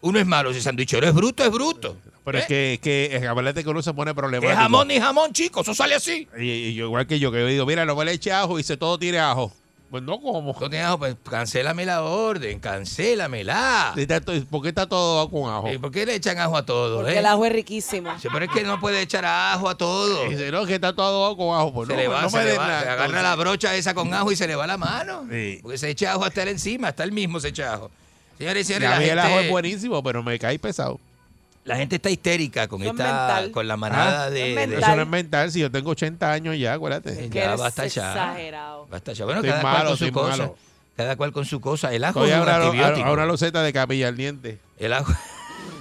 S3: Uno es malo. Si el sandwichero es bruto, es bruto.
S4: Pero
S3: ¿Eh?
S4: es que, es que es, acuérdate que uno se pone problemático.
S3: Es jamón ni jamón, chico, eso sale así.
S4: Y, y yo, igual que yo, que yo digo, mira, no me le eche ajo y se todo tiene ajo. Pues no como.
S3: No tengas, pues cancélame la orden, cancélamela.
S4: Si está to- ¿Por qué está todo con ajo?
S3: Eh, ¿Por qué le echan ajo a todo?
S5: Porque
S3: eh?
S5: el ajo es riquísimo.
S3: Sí, Pero es que no puede echar ajo a todo.
S4: Y dice, no, que está todo con ajo. Pues
S3: se
S4: no,
S3: le va,
S4: no
S3: se
S4: me
S3: le
S4: den
S3: va,
S4: nada.
S3: se agarra la brocha esa con ajo y se le va la mano.
S4: Sí.
S3: Porque se echa ajo hasta él encima, hasta él mismo se echa ajo. Señores y
S4: Entonces, a
S3: señores, la
S4: mí
S3: gente,
S4: el ajo es buenísimo, pero me cae pesado.
S3: la gente está histérica con
S5: Eso es
S3: esta,
S5: mental.
S3: con la manada
S4: Ah,
S3: de,
S5: es
S3: de-
S5: mental.
S4: Eso no es mental, si yo tengo 80 años ya, acuérdate.
S5: Que
S3: ya
S5: eres
S3: basta ya.
S5: exagerado.
S3: Basta ya. Bueno,
S4: Estoy
S3: cada
S4: malo,
S3: cual con su
S4: estoy
S3: cosa.
S4: malo.
S3: Cada cual con su cosa. El ajo
S4: Estoy
S3: es un
S4: ahora
S3: antibiótico.
S4: a una loseta de capilla al diente.
S3: El ajo.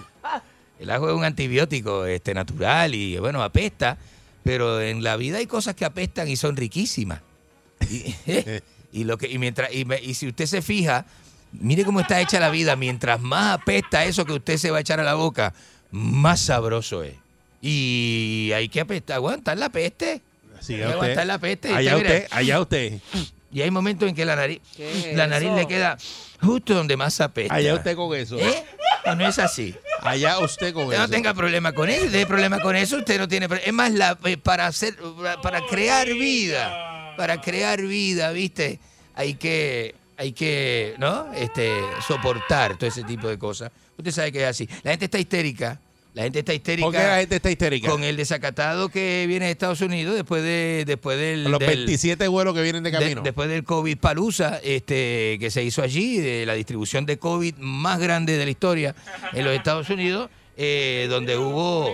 S3: El ajo es un antibiótico este, natural y bueno, apesta, pero en la vida hay cosas que apestan y son riquísimas. Y, y lo que, y mientras, y, me- y si usted se fija, mire cómo está hecha la vida. Mientras más apesta eso que usted se va a echar a la boca, más sabroso es. Y hay que apestar, aguantar la peste.
S4: Así que
S3: Hay que
S4: usted-
S3: aguantar la peste.
S4: allá
S3: Usted, mira,
S4: usted, allá usted,
S3: Y hay momentos en que la nariz,
S5: ¿Qué es
S3: la nariz
S5: eso?
S3: le queda justo donde más apesta.
S4: allá usted con eso.
S3: ¿Eh? ¿O no es así?
S4: Allá usted con
S3: Usted
S4: eso.
S3: no tenga problema con eso, usted problema con eso, usted no tiene problema. Es más, la, eh, para hacer, para crear vida, para crear vida, ¿viste? Hay que, hay que, ¿no? Este, soportar todo ese tipo de cosas. Usted sabe que es así. La gente está histérica, la gente está histérica.
S4: ¿Por qué la gente está histérica?
S3: Con el desacatado que viene de Estados Unidos después de, después del,
S4: Los
S3: del-
S4: 27 vuelos que vienen de
S3: de-
S4: camino.
S3: después del COVID palusa este, que se hizo allí, de la distribución de COVID más grande de la historia en los Estados Unidos, eh, donde hubo,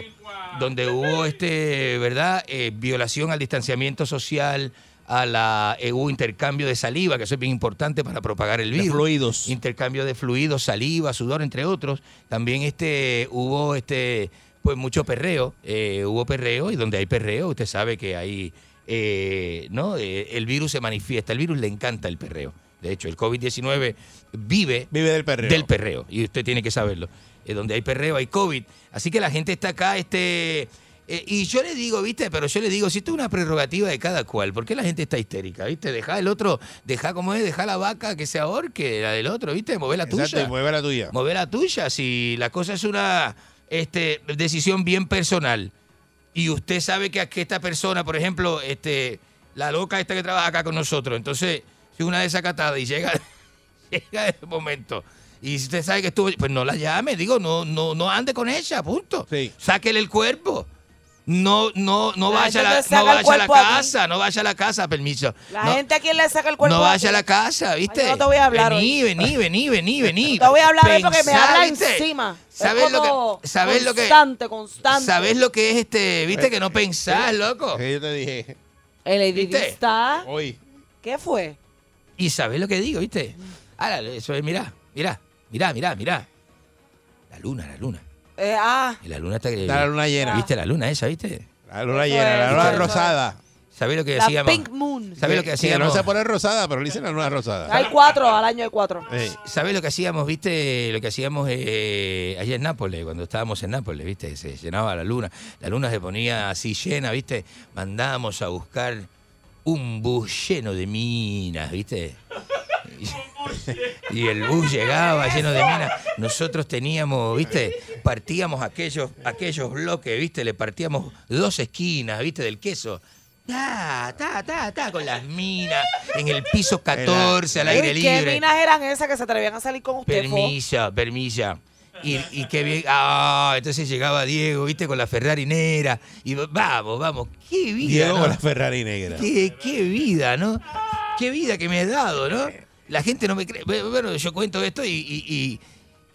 S3: donde hubo este, ¿verdad? Eh, violación al distanciamiento social, a la eh, hubo intercambio de saliva, que eso es bien importante para propagar el
S4: De
S3: virus.
S4: fluidos.
S3: Intercambio de fluidos, saliva, sudor, entre otros. También este hubo este pues mucho perreo, eh, hubo perreo y donde hay perreo, usted sabe que hay eh, no Eh, el virus se manifiesta, el virus le encanta el perreo. De hecho, el COVID-19 vive
S4: Vive del perreo.
S3: del perreo. Y usted tiene que saberlo. Eh, donde hay perreo hay COVID. Así que la gente está acá, este. eh, y yo le digo, viste, pero yo le digo, si esto es una prerrogativa de cada cual, ¿por qué la gente está histérica? ¿Viste? Deja el otro, deja como es, deja la vaca que se ahorque, la del otro, ¿viste? Mover la
S4: Exacto, y
S3: tuya.
S4: mueve la tuya.
S3: Mover la tuya. Si la cosa es una este, decisión bien personal y usted sabe que aquí esta persona, por ejemplo, este, la loca esta que trabaja acá con nosotros, entonces, si una desacatada y llega, llega ese momento. Y si usted sabe que estuvo, pues no la llame, digo, no, no, no ande con ella, punto.
S4: Sí.
S3: Sáquele el cuerpo. No, no, no
S5: La
S3: vaya
S5: gente
S3: a la,
S5: te saca
S3: no
S5: el
S3: vaya a la
S5: cuerpo aquí.
S3: casa, no vaya a la casa, permiso.
S5: La
S3: no,
S5: gente aquí le saca el cuerpo.
S3: no vaya a
S5: ti.
S3: la casa, ¿viste?
S5: Ay, yo no te voy a hablar
S3: Vení, vení, vení, vení, vení.
S5: Te voy a hablar hoy porque me
S3: Pensá,
S5: habla
S3: ¿viste?
S5: encima. Es
S3: ¿Sabes lo
S5: como
S3: que sabes lo que
S5: Constante, constante.
S3: sabes lo que es este, viste
S4: Eh,
S3: que no pensás, loco?
S4: Que yo te dije,
S5: El
S3: ¿Viste?
S5: editista.
S4: hoy.
S5: ¿Qué fue?
S3: Y sabes lo que digo, ¿viste? Ahora, eso es, mirá, mirá, mirá, mirá, mirá. La luna, la luna.
S5: Eh, ah,
S3: Y La luna está que
S4: Está la luna llena.
S3: ¿Viste la luna esa, viste?
S4: La luna llena, la
S5: Eso
S4: luna
S5: es.
S4: rosada.
S3: ¿Sabes lo que
S5: la
S3: decíamos?
S5: Pink Moon.
S3: ¿Sabes lo que
S4: no
S3: hacíamos?
S4: se pone rosada, pero le dicen la luna rosada.
S5: Hay cuatro, al año hay cuatro.
S4: Sí.
S3: ¿Sabes lo que hacíamos, viste? Lo que hacíamos eh, allá en Nápoles, cuando estábamos en Nápoles, viste? Se llenaba la luna. La luna se ponía así llena, viste? Mandábamos a buscar un bus lleno de minas, viste? Y el bus llegaba lleno de minas. Nosotros teníamos, viste, partíamos aquellos, aquellos bloques, viste, le partíamos dos esquinas, viste, del queso. Ta, ta, ta, ta, con las minas, en el piso 14, al aire
S5: Uy, ¿Qué
S3: libre.
S5: minas eran esas que se atrevían a salir con usted? po?
S3: Permisa, permisa. Y, y qué bien. Ah, entonces llegaba Diego, viste, con la Ferrari negra. Y vamos, vamos, qué vida.
S4: Diego
S3: ¿no?
S4: con la Ferrari negra.
S3: Qué, qué vida, ¿no? Qué vida que me has dado, ¿no? La gente no me cree. Bueno, bueno, yo cuento esto y, y- y-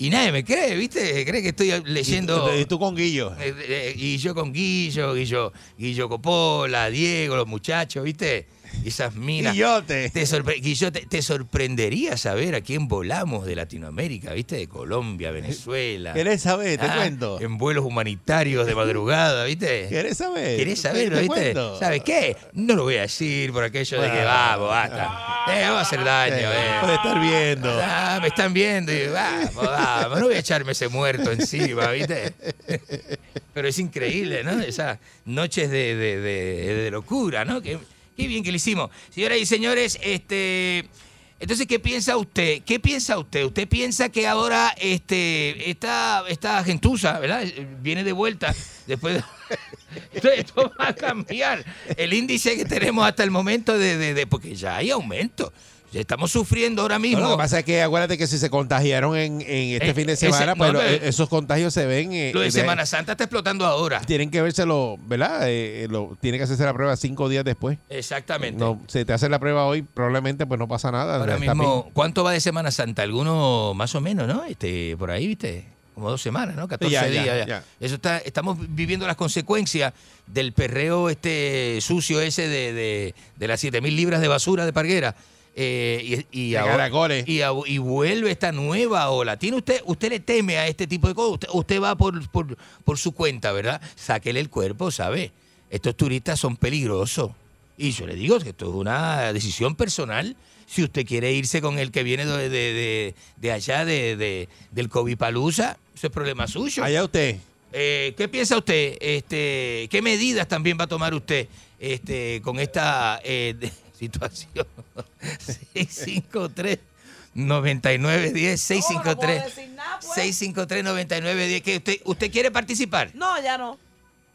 S3: y nadie me cree, ¿viste? Cree que estoy leyendo.
S4: Y tú- y tú con Guillo.
S3: Eh, eh, Y yo con Guillo, Guillo, Guillo Copola, Diego, los muchachos, ¿viste? Y Esas minas.
S4: Guillote.
S3: Te, sorpre- Guillote, te sorprendería saber a quién volamos de Latinoamérica, ¿viste? De Colombia, Venezuela.
S4: Eh, ¿Querés saber? Te
S3: Ah,
S4: cuento.
S3: En vuelos humanitarios de madrugada, ¿viste?
S4: ¿Querés saber?
S3: ¿Querés
S4: Te-
S3: saberlo,
S4: te
S3: viste?
S4: cuento.
S3: ¿Sabes qué? No lo voy a decir por aquello de que
S4: Bueno.
S3: vamos, basta. Eh, vamos a hacer daño,
S4: Eh,
S3: eh.
S4: Puede estar viendo.
S3: Ah, me están viendo y vamos, vamos, no voy a echarme ese muerto encima, ¿viste? Pero es increíble, ¿no? Esas noches de, de- de- de locura, ¿no? Qué, qué bien que lo hicimos. Señoras y señores, este. Entonces, ¿qué piensa usted? ¿Qué piensa usted? ¿Usted piensa que ahora este, esta, esta gentuza, ¿verdad? Eh, Viene de vuelta después de... Entonces, Esto va a cambiar. El índice que tenemos hasta el momento de... de- de- porque ya hay aumento. Ya estamos sufriendo ahora
S4: No,
S3: mismo.
S4: lo que pasa es que acuérdate que si se contagiaron en, en este
S3: Eh,
S4: fin de
S3: ese-
S4: semana,
S3: no,
S4: pues lo-
S3: pero-
S4: eh, esos contagios se ven. eh,
S3: Lo de
S4: de-
S3: Semana Santa está explotando ahora.
S4: Tienen que verse lo, ¿verdad? Eh, eh, lo, tiene que hacerse la prueba cinco días después.
S3: Exactamente.
S4: No, si te hace la prueba hoy, probablemente pues no pasa nada.
S3: ahora
S4: Está
S3: mismo, ¿cuánto va de Semana Santa? Alguno más o menos, ¿no? Este, por ahí, ¿viste? Como dos semanas, ¿no? 14
S4: Ya, ya,
S3: días. ya.
S4: ya.
S3: Eso está, estamos viviendo las consecuencias del perreo este sucio ese de, de, de las 7000 libras de basura de Parguera. Eh, y, y
S4: De
S3: ahora-
S4: caracoles.
S3: y, a- y vuelve esta nueva ola. ¿Tiene usted, usted le teme a este tipo de cosas? Usted, usted va por, por, por su cuenta, ¿verdad? Sáquele el cuerpo, ¿sabe? Estos turistas son peligrosos. Y yo le digo que esto es una decisión personal. Si usted quiere irse con el que viene de, de, de- de allá, de, de- del COVID Palusa, eso es problema suyo.
S4: Allá usted.
S3: Eh, ¿Qué piensa usted? Este, ¿Qué medidas también va a tomar usted este, con esta eh, de- situación? 653 9910
S5: No, no puedo
S3: 653
S5: decir nada, pues.
S3: 653 9910 ¿Qué usted usted quiere participar?
S5: No, ya no.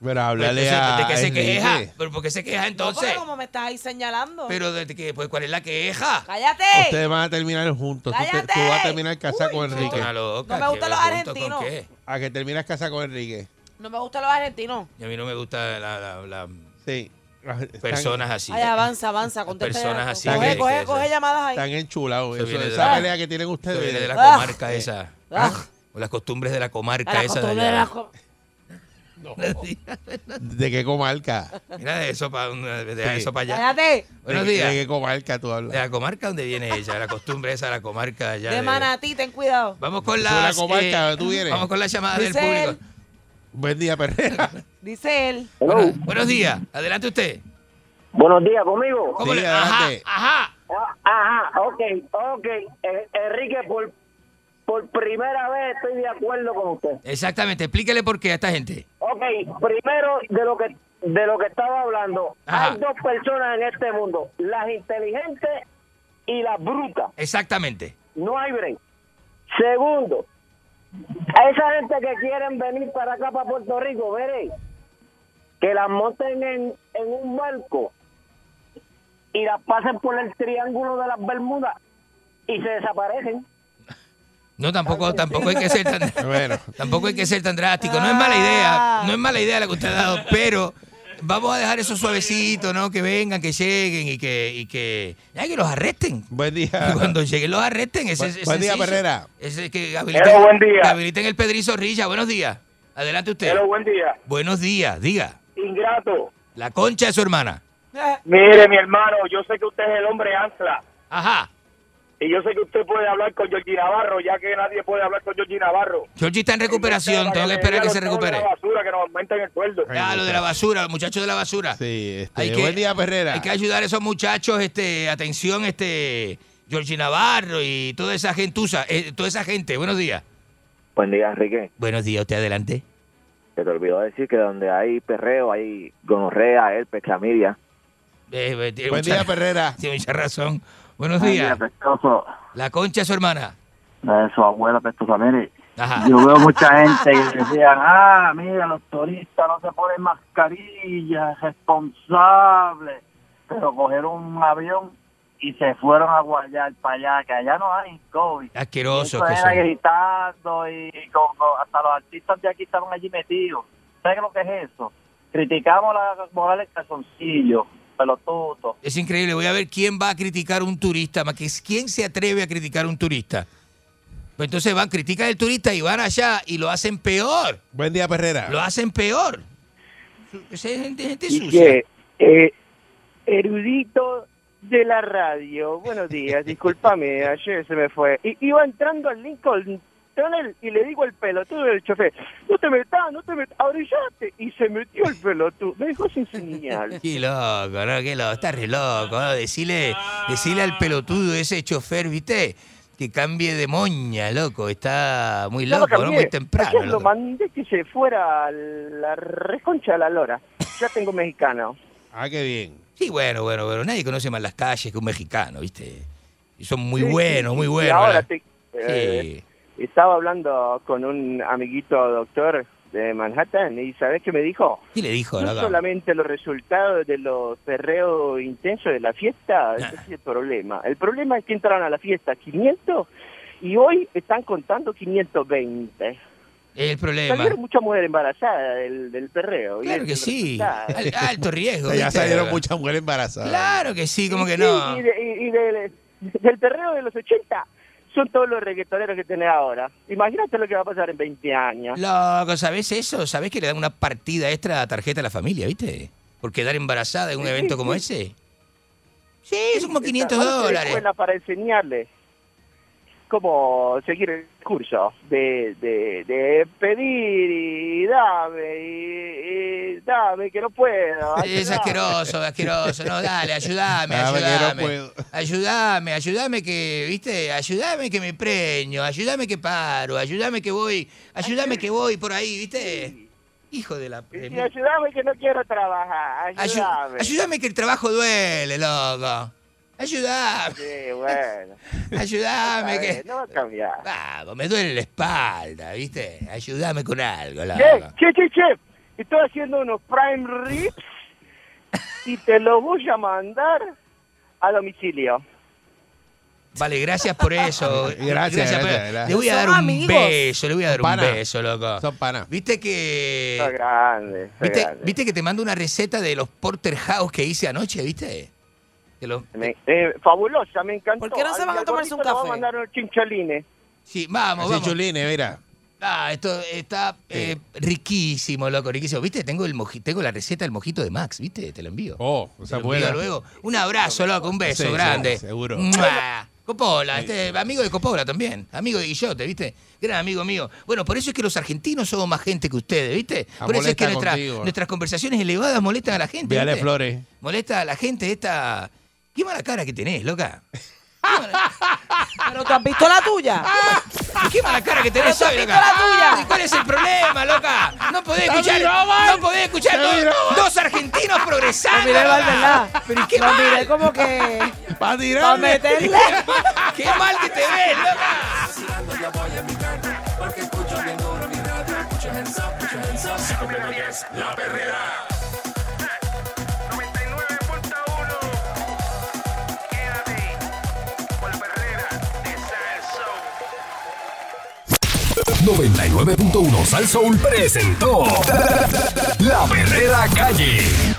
S4: Pero háblale
S3: Pero entonces,
S4: a.
S3: ¿De qué se
S4: Enrique.
S3: queja? ¿Pero por qué se queja
S5: no,
S3: entonces?
S5: pero como me estás ahí señalando.
S3: Pero desde que pues cuál es la queja?
S5: ¡Cállate!
S4: Ustedes van a terminar juntos. Tú, te-
S5: ¡Cállate!
S4: tú vas a terminar casada con
S3: Esto es
S4: Enrique.
S3: una loca,
S5: No me
S3: ¿qué
S5: gustan
S3: va
S5: los
S3: junto con
S5: argentinos.
S3: qué?
S4: A que terminas casada con Enrique.
S5: No me gustan los argentinos.
S3: Y a mí no me gustan las
S4: Sí. Ah, Están-
S3: personas así.
S5: Ay, avanza, avanza, contesta.
S3: Personas
S5: ya.
S3: así
S5: Coge,
S4: que-
S5: coge,
S3: que-
S5: coge llamadas ahí.
S4: Están enchulados.
S3: Eso
S4: Eso,
S3: viene de
S4: esa
S3: la-
S4: pelea que tienen ustedes.
S3: Eso viene de la
S5: Ah.
S3: comarca esa.
S5: Ah.
S3: ¿Ah? O las costumbres de la comarca
S5: A la
S3: esa
S5: costumbre
S3: de
S5: de
S3: allá.
S5: las co-
S4: ¿De qué comarca?
S3: Mira de eso para
S4: Sí.
S3: eso para allá.
S5: Cállate.
S3: Buenos
S4: ¿De-
S3: días.
S4: ¿De qué comarca tú
S3: De
S4: hablas?
S3: la comarca donde viene ella, la costumbre esa, la comarca allá.
S5: De
S3: de-
S5: manatí, ten cuidado.
S3: Vamos con
S4: Eso es la
S3: las, eh,
S4: comarca, ¿tú vienes?
S3: Vamos con las llamadas del
S5: Dice él.
S3: público.
S4: Buen día, Perrera.
S5: Dice él.
S6: Hello.
S3: Buenas- buenos días. Adelante usted.
S6: Buenos días, conmigo.
S3: ¿Cómo
S4: Sí,
S3: le-
S4: adelante.
S3: Ajá, ajá.
S6: Ah, Ajá, ok, ok. Eh, Enrique, por, por primera vez estoy de acuerdo con usted.
S3: Exactamente. Explíquele por qué a esta gente.
S6: Ok, primero de lo que de lo que estaba hablando,
S3: Ajá.
S6: hay dos personas en este mundo, las inteligentes y las brutas.
S3: Exactamente.
S6: No hay break. Segundo, a esa gente que quieren venir para acá, para Puerto Rico, veréis, que las monten en, en un barco y las pasen por el triángulo de las Bermudas y se desaparecen.
S3: No, tampoco, tampoco hay que ser tan.
S4: Bueno.
S3: Tampoco hay que ser tan drástico. No es mala idea, no es mala idea la que usted ha dado, pero vamos a dejar eso suavecito, ¿no? Que vengan, que lleguen y que, y que, ya que los arresten.
S4: Buen
S3: Y
S4: día.
S3: cuando lleguen los arresten. Ese, es- es
S4: Ah. Buen día,
S3: sencillo.
S4: Perrera.
S3: Ese que habiliten,
S6: Hello, buen día.
S3: que habiliten el Pedrizo Zorrilla. Buenos días. Adelante usted.
S6: buen día.
S3: Buenos días, diga.
S6: Ingrato.
S3: La concha de su hermana.
S5: Eh,
S6: Mire, mi hermano, yo sé que usted es el hombre ancla.
S3: Ajá.
S6: Y yo sé que usted puede hablar con Georgie Navarro, ya que nadie puede hablar con Georgie Navarro.
S3: Georgie está en recuperación, tengo que esperar que se recupere.
S6: La basura, que nos aumenten el sueldo.
S3: Ah, lo de la basura, los muchachos de la basura.
S4: Sí, este,
S3: Hay que-
S4: buen día, Perrera.
S3: Hay que ayudar a esos muchachos, este, atención, este, Georgie Navarro y toda esa gentuza, eh, toda esa gente. Buenos días.
S8: Buen día, Enrique.
S3: Buenos días, usted adelante.
S8: Se te olvidó decir que donde hay perreo hay gonorrea, herpes, clamidia.
S3: Eh, eh, tiene
S4: Buen
S3: mucha-
S4: día, Perrera.
S3: Tiene mucha razón. Buenos
S13: Ay,
S3: días.
S13: apestoso.
S3: La concha es su hermana.
S13: La de su abuela apestosa. Mire,
S3: Ajá.
S13: yo veo mucha gente que decían, ah, mira, los turistas no se ponen mascarillas, responsables. Pero cogieron un avión y se fueron a guayar para allá, que allá no hay COVID.
S3: Asquerosos
S13: Eso
S3: que
S13: era
S3: son.
S13: gritando y, con- con- hasta los artistas de aquí estaban allí metidos. ¿Sabes lo que es eso? Criticamos la moral del calzoncillo, pelotudo.
S3: Es increíble. Voy a ver quién va a criticar un turista. más que es- ¿Quién se atreve a criticar un turista? Pues entonces van, critican al turista y van allá y lo hacen peor.
S4: Buen día, Perrera.
S3: Lo hacen peor. Esa es gente, gente
S14: Y
S3: sucia.
S14: que, eh, erudito de la radio. Buenos días, discúlpame, ayer se me fue. Y iba entrando al Lincoln Tunnel y le digo al pelotudo del chofer, no te metas, no te metas, abríllate. Y se metió el pelotudo, me dejó sin señal.
S3: Qué loco, ¿no? Qué loco, está re loco. ¿no? Decirle, decirle al pelotudo ese chofer, ¿viste? Que cambie de moña, loco. Está muy
S14: Ya lo
S3: loco, ¿no?
S14: cambié.
S3: Muy temprano.
S14: Ayer lo
S3: loco.
S14: mandé que se fuera a la reconcha de la lora. Ya tengo mexicano.
S4: Ah, qué bien.
S3: Sí, bueno, bueno, bueno. Nadie conoce más las calles que un mexicano, ¿viste? Y son muy
S14: Sí,
S3: buenos,
S14: sí,
S3: muy
S14: sí,
S3: buenos.
S14: ahora
S3: ¿verdad?
S14: te-
S3: Sí.
S14: eh, Estaba hablando con un amiguito doctor de Manhattan y ¿sabes qué me dijo?
S3: ¿Qué le dijo?
S14: No
S3: loco?
S14: solamente los resultados de los perreos intensos de la fiesta, ese es el problema. El problema es que entraron a la fiesta 500 y hoy están contando 520.
S3: Es el problema.
S14: Salieron muchas mujeres embarazadas del, del perreo. y
S3: Claro
S14: es
S3: que
S14: el
S3: sí.
S14: resultado.
S3: Al- alto riesgo.
S4: Ya
S3: ¿viste?
S4: salieron muchas mujeres embarazadas.
S3: Claro que sí, como que
S14: Sí,
S3: no.
S14: Y, de- y- y del- del perreo de los 80 son todos los reggaetoneros que tenés ahora. Imagínate lo que va a pasar en 20 años.
S3: Loco, ¿sabes eso? ¿Sabes que le dan una partida extra a tarjeta a la familia, viste? Por quedar embarazada en un
S14: Sí,
S3: evento
S14: sí,
S3: como
S14: sí.
S3: ese. Sí, es como 500
S14: Ahora tenés
S3: dólares.
S14: escuelas para enseñarles cómo seguir el curso de, de, de pedir y dame y, y dame que no puedo.
S3: Es
S14: ayudame.
S3: asqueroso, asqueroso. No, dale,
S4: Dame
S3: ayúdame,
S4: Ah, que no
S3: ayúdame.
S4: puedo.
S3: Ayúdame, ayúdame que, viste, ayúdame que me preño, ayúdame que paro, ayúdame que voy, ayúdame que voy por ahí, viste. Hijo de la...
S14: Y ayudame que no quiero trabajar.
S3: Ayu-
S14: Ayudame.
S3: ayúdame que el trabajo duele, loco. Ayúdame,
S14: Sí, bueno.
S3: ayúdame
S14: A
S3: que...
S14: ver, No va a cambiar.
S3: Vamos, me duele la espalda, ¿viste? Ayúdame con algo,
S14: Che,
S3: loco.
S14: che, che, che, estoy haciendo unos prime ribs y te los voy a mandar a domicilio.
S3: Vale, gracias por eso.
S4: Gracias, gracias,
S3: por-
S4: gracias.
S3: Le voy a
S5: Son
S3: dar un
S5: amigos.
S3: beso, le voy a dar
S4: Pana.
S3: un beso, loco.
S4: Son panas.
S3: Viste
S14: Está
S3: que.
S14: grande, está
S3: Viste,
S14: grande.
S3: viste que te mando una receta de los porterhouse que hice anoche, ¿viste? Te lo-
S14: Me- eh, fabulosa, me encantó.
S5: ¿Por qué no se
S14: Al-
S5: van a
S14: al
S5: tomarse
S14: gordito
S5: un
S14: le voy
S5: café?
S14: a mandar unos chincholines.
S3: Sí, vamos,
S4: Así
S3: vamos.
S4: chulines, mira.
S3: Ah, esto está eh, riquísimo, loco, riquísimo. ¿Viste? Tengo, el moji- tengo la receta del mojito de Max, ¿viste? Te lo envío.
S4: Oh, esa
S3: Te lo envío
S4: buena.
S3: luego. Un abrazo, loco, un beso
S4: Sí, sí,
S3: grande.
S4: seguro.
S3: ¡Mua! Coppola, este, amigo de Coppola también, amigo de Guillote, ¿viste? Gran amigo mío. Bueno, por eso es que los argentinos somos más gente que ustedes, ¿viste?
S4: Ah,
S3: Por eso es
S4: molesta
S3: que nuestra-
S4: contigo.
S3: nuestras conversaciones elevadas molestan a la gente.
S4: Véale
S3: ¿viste?
S4: flores.
S3: Molesta a la gente esta... Qué mala cara que tenés, loca.
S5: Pero tú has visto la tuya.
S3: Ah, Qué mala cara que tenés hoy, loca. ¿Y cuál es el problema, loca? No podés escuchar, no podés escuchar dos, dos argentinos
S5: Lo
S3: progresando.
S5: miré mal,
S3: loca.
S5: ¿verdad?
S3: Pero qué
S5: Lo
S3: mal,
S5: miré como que.
S4: Para
S5: Para
S4: tirarle.
S5: meterle.
S3: qué mal que te ves, loca.
S2: Por la perrera de Salso.
S1: 99.1 Sal Soul presentó La Verdadera Calle.